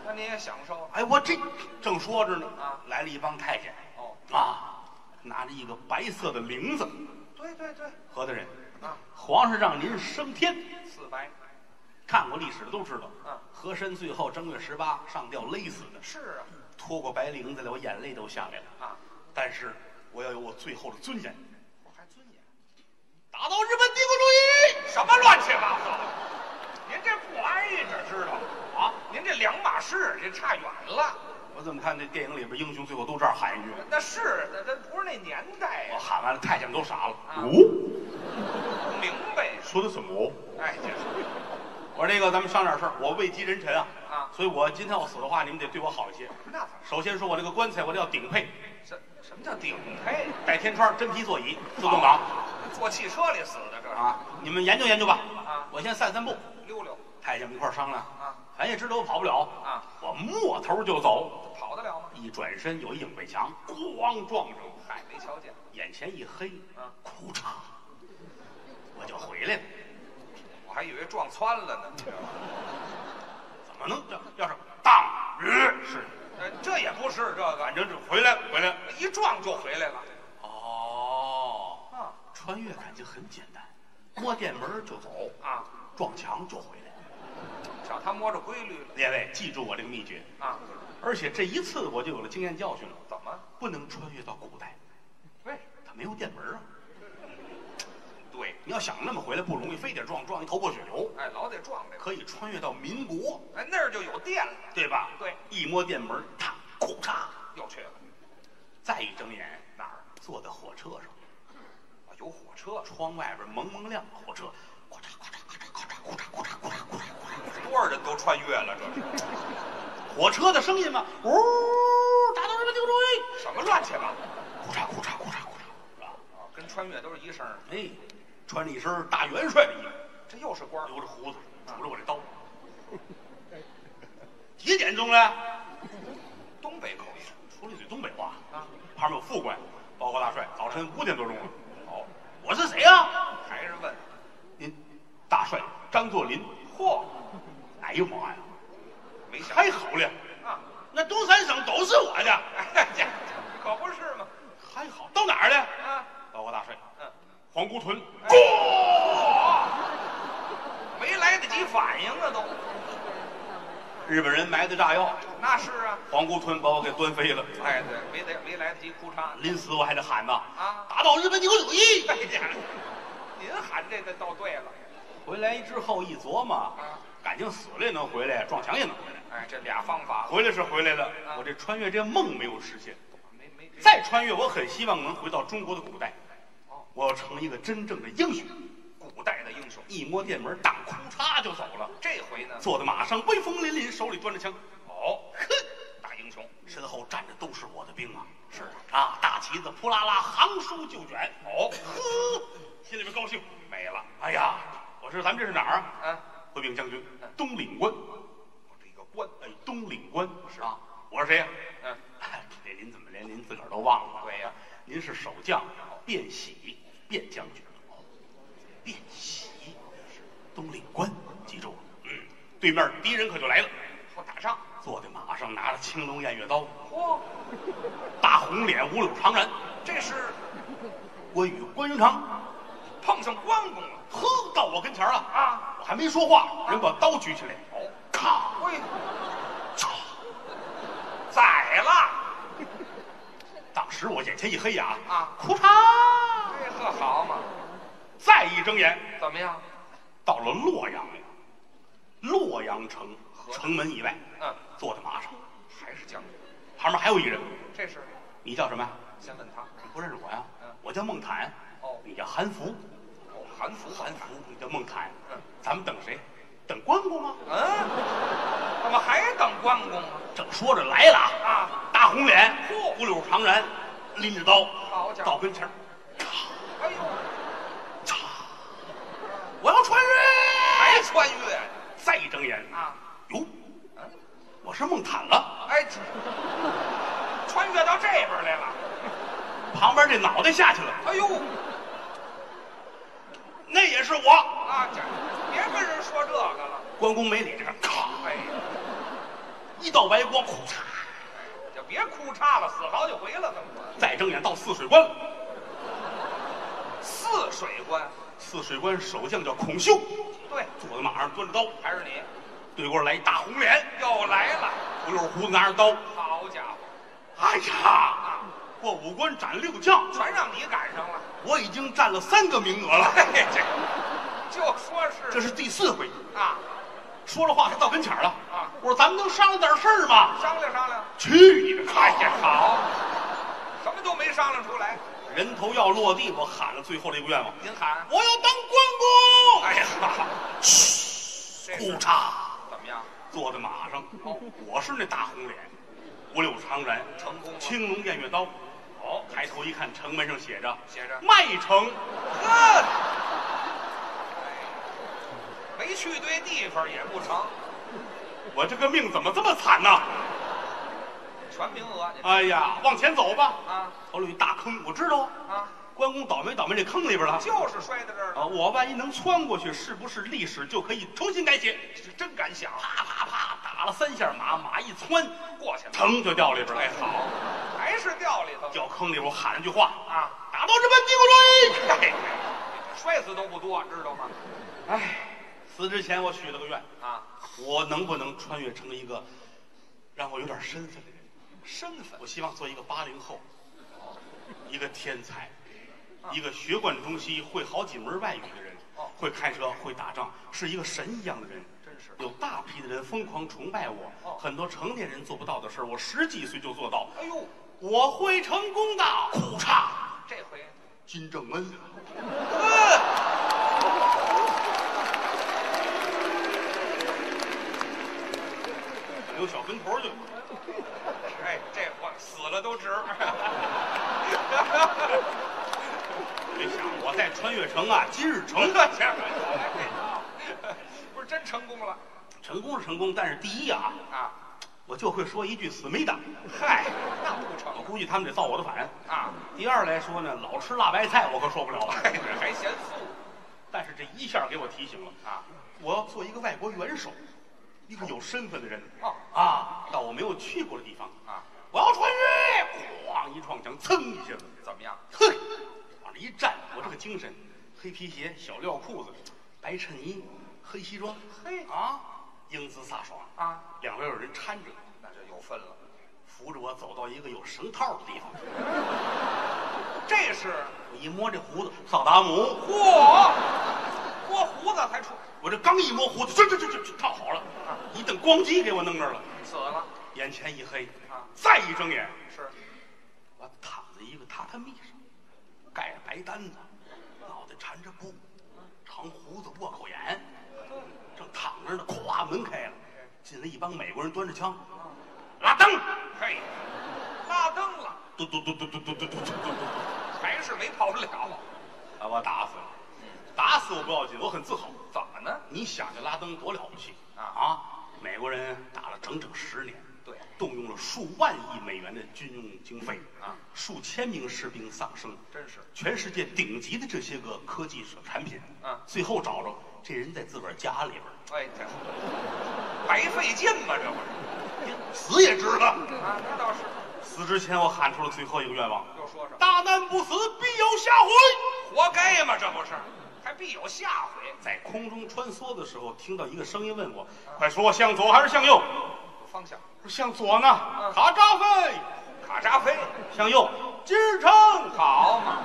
[SPEAKER 3] 那您也享受
[SPEAKER 1] 哎，我这正说着呢，
[SPEAKER 3] 啊
[SPEAKER 1] 来了一帮太监，
[SPEAKER 3] 哦？
[SPEAKER 1] 啊，拿着一个白色的铃子。
[SPEAKER 3] 对对对，
[SPEAKER 1] 何大人，
[SPEAKER 3] 啊，
[SPEAKER 1] 皇上让您升天，
[SPEAKER 3] 四白，
[SPEAKER 1] 看看过历史的都知道，
[SPEAKER 3] 嗯
[SPEAKER 1] 和珅最后正月十八上吊勒死的，
[SPEAKER 3] 是
[SPEAKER 1] 拖过白绫子来，我眼泪都下来了
[SPEAKER 3] 啊，啊，
[SPEAKER 1] 但是我要有我最后的尊严，
[SPEAKER 3] 我还尊严。
[SPEAKER 1] 打倒日本帝国主义！
[SPEAKER 3] 什么乱七八糟的？您这不挨着知道吗啊？您这两码事，这差远了。
[SPEAKER 1] 我怎么看这电影里边英雄最后都这样喊一句？
[SPEAKER 3] 那是，那那不是那年代啊
[SPEAKER 1] 我
[SPEAKER 3] 呀、
[SPEAKER 1] 喊完了，太监们都傻了。
[SPEAKER 3] 啊
[SPEAKER 1] 哦，
[SPEAKER 3] 不明白呀。
[SPEAKER 1] 说的什么？哦
[SPEAKER 3] 哎，这是
[SPEAKER 1] 我说那个，咱们商量点事儿。我位极人臣啊，
[SPEAKER 3] 啊
[SPEAKER 1] 所以我今天要死的话，你们得对我好一些。
[SPEAKER 3] 那咋
[SPEAKER 1] 首先说我这个棺材，我得要顶配，
[SPEAKER 3] 什什么叫顶配？
[SPEAKER 1] 带天窗，真皮座椅，自动挡
[SPEAKER 3] 坐汽车里死的这是
[SPEAKER 1] 啊！你们研究研究吧。
[SPEAKER 3] 啊
[SPEAKER 1] 我先散散步。
[SPEAKER 3] 溜溜
[SPEAKER 1] 太监们一块儿商量
[SPEAKER 3] 啊，
[SPEAKER 1] 咱也知道我跑不了
[SPEAKER 3] 啊，
[SPEAKER 1] 我摸头就走，
[SPEAKER 3] 跑得了吗？
[SPEAKER 1] 一转身有一影背墙，咣撞上，
[SPEAKER 3] 嗨，没瞧见
[SPEAKER 1] 眼前一黑，
[SPEAKER 3] 啊！
[SPEAKER 1] 裤衩，我就回来了。
[SPEAKER 3] 我还以为撞穿了呢。
[SPEAKER 1] 怎么能这要是当日是，
[SPEAKER 3] 呃，这也不是这个，
[SPEAKER 1] 反正是回来回来。
[SPEAKER 3] 一撞就回来了。
[SPEAKER 1] 哦，
[SPEAKER 3] 啊
[SPEAKER 1] 穿越感情很简单，摸电门就走，
[SPEAKER 3] 啊，
[SPEAKER 1] 撞墙就回来。
[SPEAKER 3] 瞧他摸着规律了
[SPEAKER 1] 列位记住我这个秘诀，
[SPEAKER 3] 啊？
[SPEAKER 1] 而且这一次我就有了经验教训了，
[SPEAKER 3] 怎么？
[SPEAKER 1] 不能穿越到古代，
[SPEAKER 3] 喂，
[SPEAKER 1] 它没有电门啊。
[SPEAKER 3] 对，
[SPEAKER 1] 你要想那么回来不容易，非得撞撞一头破血流。
[SPEAKER 3] 哎，老得撞这个。
[SPEAKER 1] 可以穿越到民国，
[SPEAKER 3] 哎，那儿就有电了。
[SPEAKER 1] 对吧？
[SPEAKER 3] 对，
[SPEAKER 1] 一摸电门，烫，裤衩，
[SPEAKER 3] 又去了，
[SPEAKER 1] 再一睁眼哪儿？坐在火车上，
[SPEAKER 3] 啊有火车，
[SPEAKER 1] 窗外边蒙蒙亮，火车，咔嚓咔嚓咔嚓咔嚓咔嚓咔嚓咔嚓咔嚓咔
[SPEAKER 3] 多少人都穿越了，这
[SPEAKER 1] 嚓，
[SPEAKER 3] 是
[SPEAKER 1] 火车的声音嘛，呜，打到什么地方
[SPEAKER 3] 什么乱七八糟？
[SPEAKER 1] 去？咔嚓咔嚓咔嚓咔嚓，是吧？
[SPEAKER 3] 啊跟穿越都是一声儿。
[SPEAKER 1] 哎，穿着一身大元帅的衣服，
[SPEAKER 3] 这又是官儿，
[SPEAKER 1] 留着胡子，杵着我这刀。几点钟了？
[SPEAKER 3] 东北口音
[SPEAKER 1] 说了一嘴东北话。
[SPEAKER 3] 啊，
[SPEAKER 1] 旁边有副官，报告大帅，早晨五点多钟了。哦，我是谁呀、
[SPEAKER 3] 还是问，
[SPEAKER 1] 您，大帅张作霖。
[SPEAKER 3] 嚯，
[SPEAKER 1] 哎呦妈呀，
[SPEAKER 3] 没想
[SPEAKER 1] 太好了！
[SPEAKER 3] 啊，
[SPEAKER 1] 那东三省都是我的，
[SPEAKER 3] 哎呀， 可不是嘛，
[SPEAKER 1] 还好。到哪儿了？
[SPEAKER 3] 啊，
[SPEAKER 1] 报告大帅，
[SPEAKER 3] 嗯，
[SPEAKER 1] 皇姑屯。
[SPEAKER 3] 没来得及反应啊都，
[SPEAKER 1] 日本人埋的炸药，
[SPEAKER 3] 那是啊，
[SPEAKER 1] 皇姑屯把我给端飞了。
[SPEAKER 3] 哎对，没得没来得及哭嚓，
[SPEAKER 1] 临死我还得喊呐，
[SPEAKER 3] 啊
[SPEAKER 1] 打倒日本帝国主义！
[SPEAKER 3] 哎呀，您喊这个倒对了，啊
[SPEAKER 1] 回来之后一琢磨，感情死了也能回来，撞墙也能回来。
[SPEAKER 3] 哎，这俩方法
[SPEAKER 1] 回来是回来了，
[SPEAKER 3] 啊
[SPEAKER 1] 我这穿越这梦没有实现。
[SPEAKER 3] 没没没
[SPEAKER 1] 再穿越，我很希望能回到中国的古代
[SPEAKER 3] 哦。
[SPEAKER 1] 我要成一个真正的英雄，
[SPEAKER 3] 古代的英雄，
[SPEAKER 1] 一摸电门，当咔嚓就走了，
[SPEAKER 3] 这回呢，
[SPEAKER 1] 坐在马上威风凛凛，手里端着枪，
[SPEAKER 3] 哦，哼，大英雄，
[SPEAKER 1] 身后站着都是我的兵啊！是啊，大旗子扑啦啦，行书就卷。
[SPEAKER 3] 哦，
[SPEAKER 1] 呵，心里边高兴，美了。哎呀，我说咱们这是哪儿啊？
[SPEAKER 3] 啊，
[SPEAKER 1] 回禀将军，东岭关。
[SPEAKER 3] 我这个官，
[SPEAKER 1] 哎，东岭关是啊。我是谁呀、
[SPEAKER 3] 嗯，
[SPEAKER 1] 这您怎么 连您自个儿都忘了？
[SPEAKER 3] 对呀
[SPEAKER 1] 您是守将卞喜，卞将军。卞喜，东岭关，记住了。嗯，对面敌人可就来了，
[SPEAKER 3] 好打仗，
[SPEAKER 1] 坐在马上，拿着青龙偃月刀，
[SPEAKER 3] 嚯，
[SPEAKER 1] 大红脸，五柳长髯，
[SPEAKER 3] 这是
[SPEAKER 1] 关羽关云长，
[SPEAKER 3] 碰上关公了
[SPEAKER 1] 呵，到我跟前儿了啊！
[SPEAKER 3] 啊。
[SPEAKER 1] 我还没说话，人把刀举起来，
[SPEAKER 3] 哎
[SPEAKER 1] 咔，
[SPEAKER 3] 喂，
[SPEAKER 1] 嚓！
[SPEAKER 3] 宰了！
[SPEAKER 1] 当时我眼前一黑呀，
[SPEAKER 3] 啊
[SPEAKER 1] 哭嚓！
[SPEAKER 3] 哎呵，好嘛，
[SPEAKER 1] 再一睁眼，
[SPEAKER 3] 怎么样？
[SPEAKER 1] 到了洛阳了，洛阳城城门以外，
[SPEAKER 3] 嗯，
[SPEAKER 1] 坐在马上，
[SPEAKER 3] 还是将军，
[SPEAKER 1] 旁边还有一人，
[SPEAKER 3] 这是
[SPEAKER 1] 你叫什么呀？
[SPEAKER 3] 先问他。
[SPEAKER 1] 你不认识我呀
[SPEAKER 3] 嗯？
[SPEAKER 1] 我叫孟坦。
[SPEAKER 3] 哦
[SPEAKER 1] 你叫韩福，
[SPEAKER 3] 哦，韩服，
[SPEAKER 1] 韩福，你叫孟坦。
[SPEAKER 3] 嗯，
[SPEAKER 1] 咱们等谁？等关公啊吗？
[SPEAKER 3] 嗯，怎么还等关公啊？
[SPEAKER 1] 正说着来了啊，
[SPEAKER 3] 啊，
[SPEAKER 1] 大红脸
[SPEAKER 3] 嚯，
[SPEAKER 1] 五柳长髯，拎着刀，
[SPEAKER 3] 好家伙
[SPEAKER 1] 到跟前儿，
[SPEAKER 3] 哎呦，
[SPEAKER 1] 嚓！我要穿
[SPEAKER 3] 还
[SPEAKER 1] 越！
[SPEAKER 3] 穿越
[SPEAKER 1] 再一睁眼，
[SPEAKER 3] 啊？
[SPEAKER 1] 哟，
[SPEAKER 3] 嗯，
[SPEAKER 1] 我是孟坦了。
[SPEAKER 3] 哎，这穿越到这边来了。
[SPEAKER 1] 旁边这脑袋下去了，
[SPEAKER 3] 哎呦，
[SPEAKER 1] 那也是我。
[SPEAKER 3] 啊，这别跟人说这个了。
[SPEAKER 1] 关公没理这个，咔，
[SPEAKER 3] 哎，
[SPEAKER 1] 一道白光，呼嚓！
[SPEAKER 3] 就别哭嚓了，死好几回了，怎么？
[SPEAKER 1] 再睁眼到汜水关了。
[SPEAKER 3] 汜水关，
[SPEAKER 1] 汜水关守将叫孔秀，
[SPEAKER 3] 对，
[SPEAKER 1] 坐在马上端着刀，
[SPEAKER 3] 还是你
[SPEAKER 1] 对过来一大红脸，
[SPEAKER 3] 又来了，
[SPEAKER 1] 胡溜胡子拿着刀，
[SPEAKER 3] 好家伙，
[SPEAKER 1] 哎呀，过五关斩六将，
[SPEAKER 3] 全让你赶上了。
[SPEAKER 1] 我已经占了三个名额了，
[SPEAKER 3] 嘿，这就说是
[SPEAKER 1] 这是第四回。
[SPEAKER 3] 啊，
[SPEAKER 1] 说了话还到跟前儿了
[SPEAKER 3] 啊
[SPEAKER 1] 我说咱们能商量点事儿吗？
[SPEAKER 3] 商量商量，
[SPEAKER 1] 去你的！哎呀，
[SPEAKER 3] 好，什么都没商量出来。
[SPEAKER 1] 人头要落地，我喊了最后这个愿望，
[SPEAKER 3] 您喊，
[SPEAKER 1] 我要当关公。
[SPEAKER 3] 哎呀，
[SPEAKER 1] 裤
[SPEAKER 3] 这是
[SPEAKER 1] 衩
[SPEAKER 3] 怎么样？
[SPEAKER 1] 坐在马上，我是那大红脸，五柳长髯，
[SPEAKER 3] 成功吗
[SPEAKER 1] 青龙偃月刀。
[SPEAKER 3] 哦，
[SPEAKER 1] 抬头一看，城门上写着
[SPEAKER 3] 写着
[SPEAKER 1] 麦城，
[SPEAKER 3] 呵，哎没去对地方也不成，
[SPEAKER 1] 我这个命怎么这么惨呢？
[SPEAKER 3] 全名额你
[SPEAKER 1] 哎呀，往前走吧。
[SPEAKER 3] 啊
[SPEAKER 1] 头里有一大坑，我知道啊，
[SPEAKER 3] 啊，
[SPEAKER 1] 关公倒霉倒霉这坑里边了。
[SPEAKER 3] 就是摔在这儿了，
[SPEAKER 1] 啊，我万一能穿过去，是不是历史就可以重新改写？
[SPEAKER 3] 是真敢想，
[SPEAKER 1] 啪啪啪，打了三下马，马一窜，
[SPEAKER 3] 过去了。
[SPEAKER 1] 腾就掉里边了。
[SPEAKER 3] 哎，好，还是掉里头了
[SPEAKER 1] 掉坑里边，我喊了句话
[SPEAKER 3] 啊
[SPEAKER 1] 打到日本帝国主义。
[SPEAKER 3] 嘿摔死都不多，知道吗？
[SPEAKER 1] 死之前我许了个愿，
[SPEAKER 3] 啊，
[SPEAKER 1] 我能不能穿越成一个让我有点身份的人？
[SPEAKER 3] 身份
[SPEAKER 1] 我希望做一个八零后，一个天才，一个学贯中西、会好几门外语的人
[SPEAKER 3] 哦，
[SPEAKER 1] 会开车，会打仗，是一个神一样的人。
[SPEAKER 3] 真是
[SPEAKER 1] 有大批的人疯狂崇拜我
[SPEAKER 3] 哦，
[SPEAKER 1] 很多成年人做不到的事儿，我十几岁就做到。
[SPEAKER 3] 哎呦，
[SPEAKER 1] 我会成功的！裤衩，
[SPEAKER 3] 这回
[SPEAKER 1] 金正恩，啊 留小跟头就。
[SPEAKER 3] 哎，这我死了都值。
[SPEAKER 1] 别想我在穿越城啊，今日成。
[SPEAKER 3] 不是真成功了
[SPEAKER 1] 成功是成功，但是第一啊，
[SPEAKER 3] 啊？
[SPEAKER 1] 我就会说一句思密达，
[SPEAKER 3] 嗨，那不成
[SPEAKER 1] 我估计他们得造我的反。
[SPEAKER 3] 啊！
[SPEAKER 1] 第二来说呢，老吃辣白菜我可受不了了。
[SPEAKER 3] 哎，这还嫌素
[SPEAKER 1] 但是这一下给我提醒了，
[SPEAKER 3] 啊？
[SPEAKER 1] 我要做一个外国元首，一个有身份的人
[SPEAKER 3] 哦
[SPEAKER 1] 啊，到我没有去过的地方
[SPEAKER 3] 啊，
[SPEAKER 1] 我要穿越，哐一撞墙，噌一下子，
[SPEAKER 3] 怎么样？
[SPEAKER 1] 哼，往那一站，我这个精神，黑皮鞋、小料裤子、白衬衣、黑西装，
[SPEAKER 3] 嘿
[SPEAKER 1] 啊，英姿飒爽
[SPEAKER 3] 啊，
[SPEAKER 1] 两边有人搀着，
[SPEAKER 3] 那就有分了。
[SPEAKER 1] 扶着我走到一个有绳套的地方，
[SPEAKER 3] 这是
[SPEAKER 1] 我一摸这胡子，萨达姆，
[SPEAKER 3] 嚯，拨胡子才出
[SPEAKER 1] 我这刚一摸胡子，这这这这这套好了，
[SPEAKER 3] 啊
[SPEAKER 1] 一瞪光机给我弄这儿了，
[SPEAKER 3] 死了
[SPEAKER 1] 眼前一黑
[SPEAKER 3] 啊，
[SPEAKER 1] 再一睁眼，
[SPEAKER 3] 是
[SPEAKER 1] 我躺在一个榻榻米上，盖着白单子，脑袋缠着布，长胡子窝口眼，正躺着呢，咵门开了，进来一帮美国人端着枪，拉登，
[SPEAKER 3] 嘿，拉登了，
[SPEAKER 1] 嘟嘟嘟嘟嘟嘟嘟嘟嘟嘟嘟，
[SPEAKER 3] 还是没跑了。
[SPEAKER 1] 把我打死了，打死我不要紧，我很自豪。
[SPEAKER 3] 怎么呢？
[SPEAKER 1] 你想这拉登多了不起
[SPEAKER 3] 啊
[SPEAKER 1] 美国人打了整整十年，
[SPEAKER 3] 对
[SPEAKER 1] 动用了数万亿美元的军用经费
[SPEAKER 3] 啊
[SPEAKER 1] 数千名士兵丧生，
[SPEAKER 3] 真是
[SPEAKER 1] 全世界顶级的这些个科技产品，
[SPEAKER 3] 啊
[SPEAKER 1] 最后找着这人在自个儿家里边儿
[SPEAKER 3] 哎，这白费劲嘛，这不是
[SPEAKER 1] 死也值了。
[SPEAKER 3] 啊？那倒是，
[SPEAKER 1] 死之前我喊出了最后一个愿望：
[SPEAKER 3] 又说什么？
[SPEAKER 1] 大难不死，必有下回。
[SPEAKER 3] 活该嘛，这不是？还必有下回。
[SPEAKER 1] 在空中穿梭的时候，听到一个声音问我：“快说，向左还是向右
[SPEAKER 3] 有方向，？”
[SPEAKER 1] 我说：“向左呢。”卡扎菲。
[SPEAKER 3] 卡扎菲，
[SPEAKER 1] 向右，今儿成
[SPEAKER 3] 好嘛？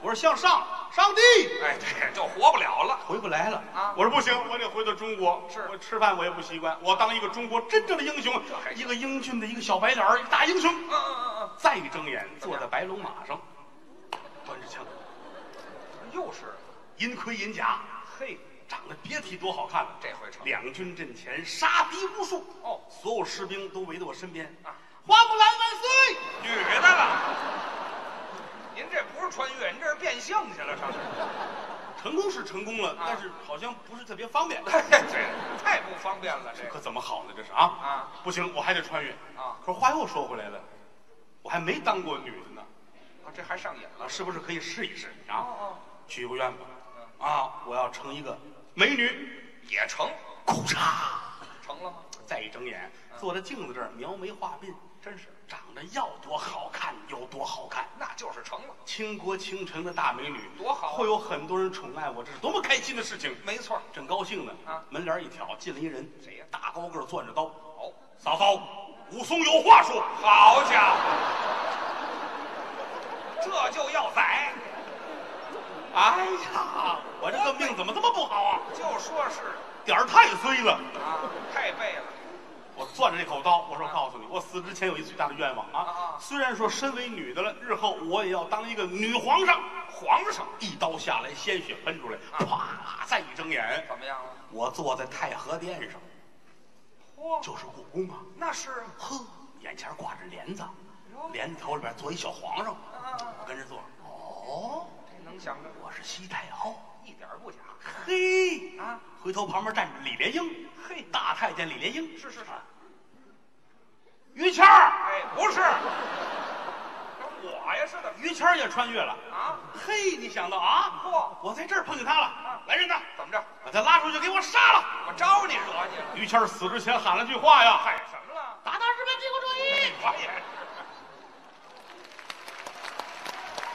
[SPEAKER 1] 我说向上，上帝
[SPEAKER 3] 哎，这就活不了了。
[SPEAKER 1] 回不来了
[SPEAKER 3] 啊
[SPEAKER 1] 我说不行，我得回到中国。
[SPEAKER 3] 是
[SPEAKER 1] 我吃饭我也不习惯，我当一个中国真正的英雄，
[SPEAKER 3] 还
[SPEAKER 1] 一个英俊的一个小白脸儿，一个大英雄。
[SPEAKER 3] 嗯嗯嗯
[SPEAKER 1] 再一睁眼，坐
[SPEAKER 3] 么样
[SPEAKER 1] 在白龙马上，端着枪，
[SPEAKER 3] 嗯，又是，
[SPEAKER 1] 银盔银甲，
[SPEAKER 3] 嘿，
[SPEAKER 1] 长得别提多好看了。
[SPEAKER 3] 这回成
[SPEAKER 1] 两军阵前，杀敌无数。
[SPEAKER 3] 哦
[SPEAKER 1] 所有士兵都围到我身边
[SPEAKER 3] 啊！
[SPEAKER 1] 花木兰万岁！
[SPEAKER 3] 女的了。您这不是穿越，您这是变性去了，上这儿。
[SPEAKER 1] 成功是成功了，
[SPEAKER 3] 啊
[SPEAKER 1] 但是好像不是特别方便。
[SPEAKER 3] 哎，这太不方便了，这
[SPEAKER 1] 可
[SPEAKER 3] 个。
[SPEAKER 1] 怎么好呢？这是啊
[SPEAKER 3] 啊！
[SPEAKER 1] 不行，我还得穿越
[SPEAKER 3] 啊
[SPEAKER 1] 可是话又说回来了，我还没当过女的呢，
[SPEAKER 3] 啊，这还上瘾
[SPEAKER 1] 啊，
[SPEAKER 3] 了。
[SPEAKER 1] 是不是可以试一试啊？
[SPEAKER 3] 哦哦，嗯
[SPEAKER 1] 许个愿吧，啊，我要成一个美女，
[SPEAKER 3] 也成，
[SPEAKER 1] 裤衩。
[SPEAKER 3] 成了吗？
[SPEAKER 1] 再一睁眼，
[SPEAKER 3] 嗯
[SPEAKER 1] 坐在镜子这儿描眉画鬓，
[SPEAKER 3] 真是，
[SPEAKER 1] 长得要多好看有多好看。
[SPEAKER 3] 那就是成了。
[SPEAKER 1] 倾国倾城的大美女，
[SPEAKER 3] 多好啊
[SPEAKER 1] 会有很多人宠爱我，这是多么开心的事情！
[SPEAKER 3] 没错，
[SPEAKER 1] 正高兴呢，
[SPEAKER 3] 啊
[SPEAKER 1] 门帘一挑，进来一人，
[SPEAKER 3] 谁呀
[SPEAKER 1] 大高个儿攥着刀，
[SPEAKER 3] 好，
[SPEAKER 1] 嫂嫂，武松有话说。
[SPEAKER 3] 好家伙，这就要宰，
[SPEAKER 1] 哎呀，我这个命怎么这么不好啊？
[SPEAKER 3] 就说是
[SPEAKER 1] 点儿太衰了。
[SPEAKER 3] 啊，太背了，
[SPEAKER 1] 我攥着这口刀，我说：“我告诉你，我死之前有一最大的愿望啊
[SPEAKER 3] 啊！
[SPEAKER 1] 虽然说身为女的了，日后我也要当一个女皇上。”
[SPEAKER 3] 皇上
[SPEAKER 1] 一刀下来，鲜血喷出来，啪！再一睁眼，
[SPEAKER 3] 怎么样了？
[SPEAKER 1] 我坐在太和殿上，
[SPEAKER 3] 嚯，
[SPEAKER 1] 就是故宫啊。
[SPEAKER 3] 那是啊
[SPEAKER 1] 呵，眼前挂着帘子，帘子头里边坐一小皇上，
[SPEAKER 3] 啊，啊
[SPEAKER 1] 我跟着坐着。哦，
[SPEAKER 3] 这能想着
[SPEAKER 1] 我是西太后。
[SPEAKER 3] 一点儿不假
[SPEAKER 1] 嘿，
[SPEAKER 3] 啊，
[SPEAKER 1] 回头旁边站着李莲英，
[SPEAKER 3] 嘿
[SPEAKER 1] 大太监李莲英。
[SPEAKER 3] 是是是，
[SPEAKER 1] 于谦儿，
[SPEAKER 3] 哎，不是，我呀是怎么
[SPEAKER 1] 于谦儿也穿越了。
[SPEAKER 3] 啊？
[SPEAKER 1] 嘿，你想到啊？
[SPEAKER 3] 嚯，
[SPEAKER 1] 我在这儿碰见他了
[SPEAKER 3] 啊。
[SPEAKER 1] 来人呐，
[SPEAKER 3] 怎么着？
[SPEAKER 1] 把他拉出去，给我杀了！
[SPEAKER 3] 我招你惹你了？
[SPEAKER 1] 于谦儿死之前喊了句话呀：“哎
[SPEAKER 3] 嗨，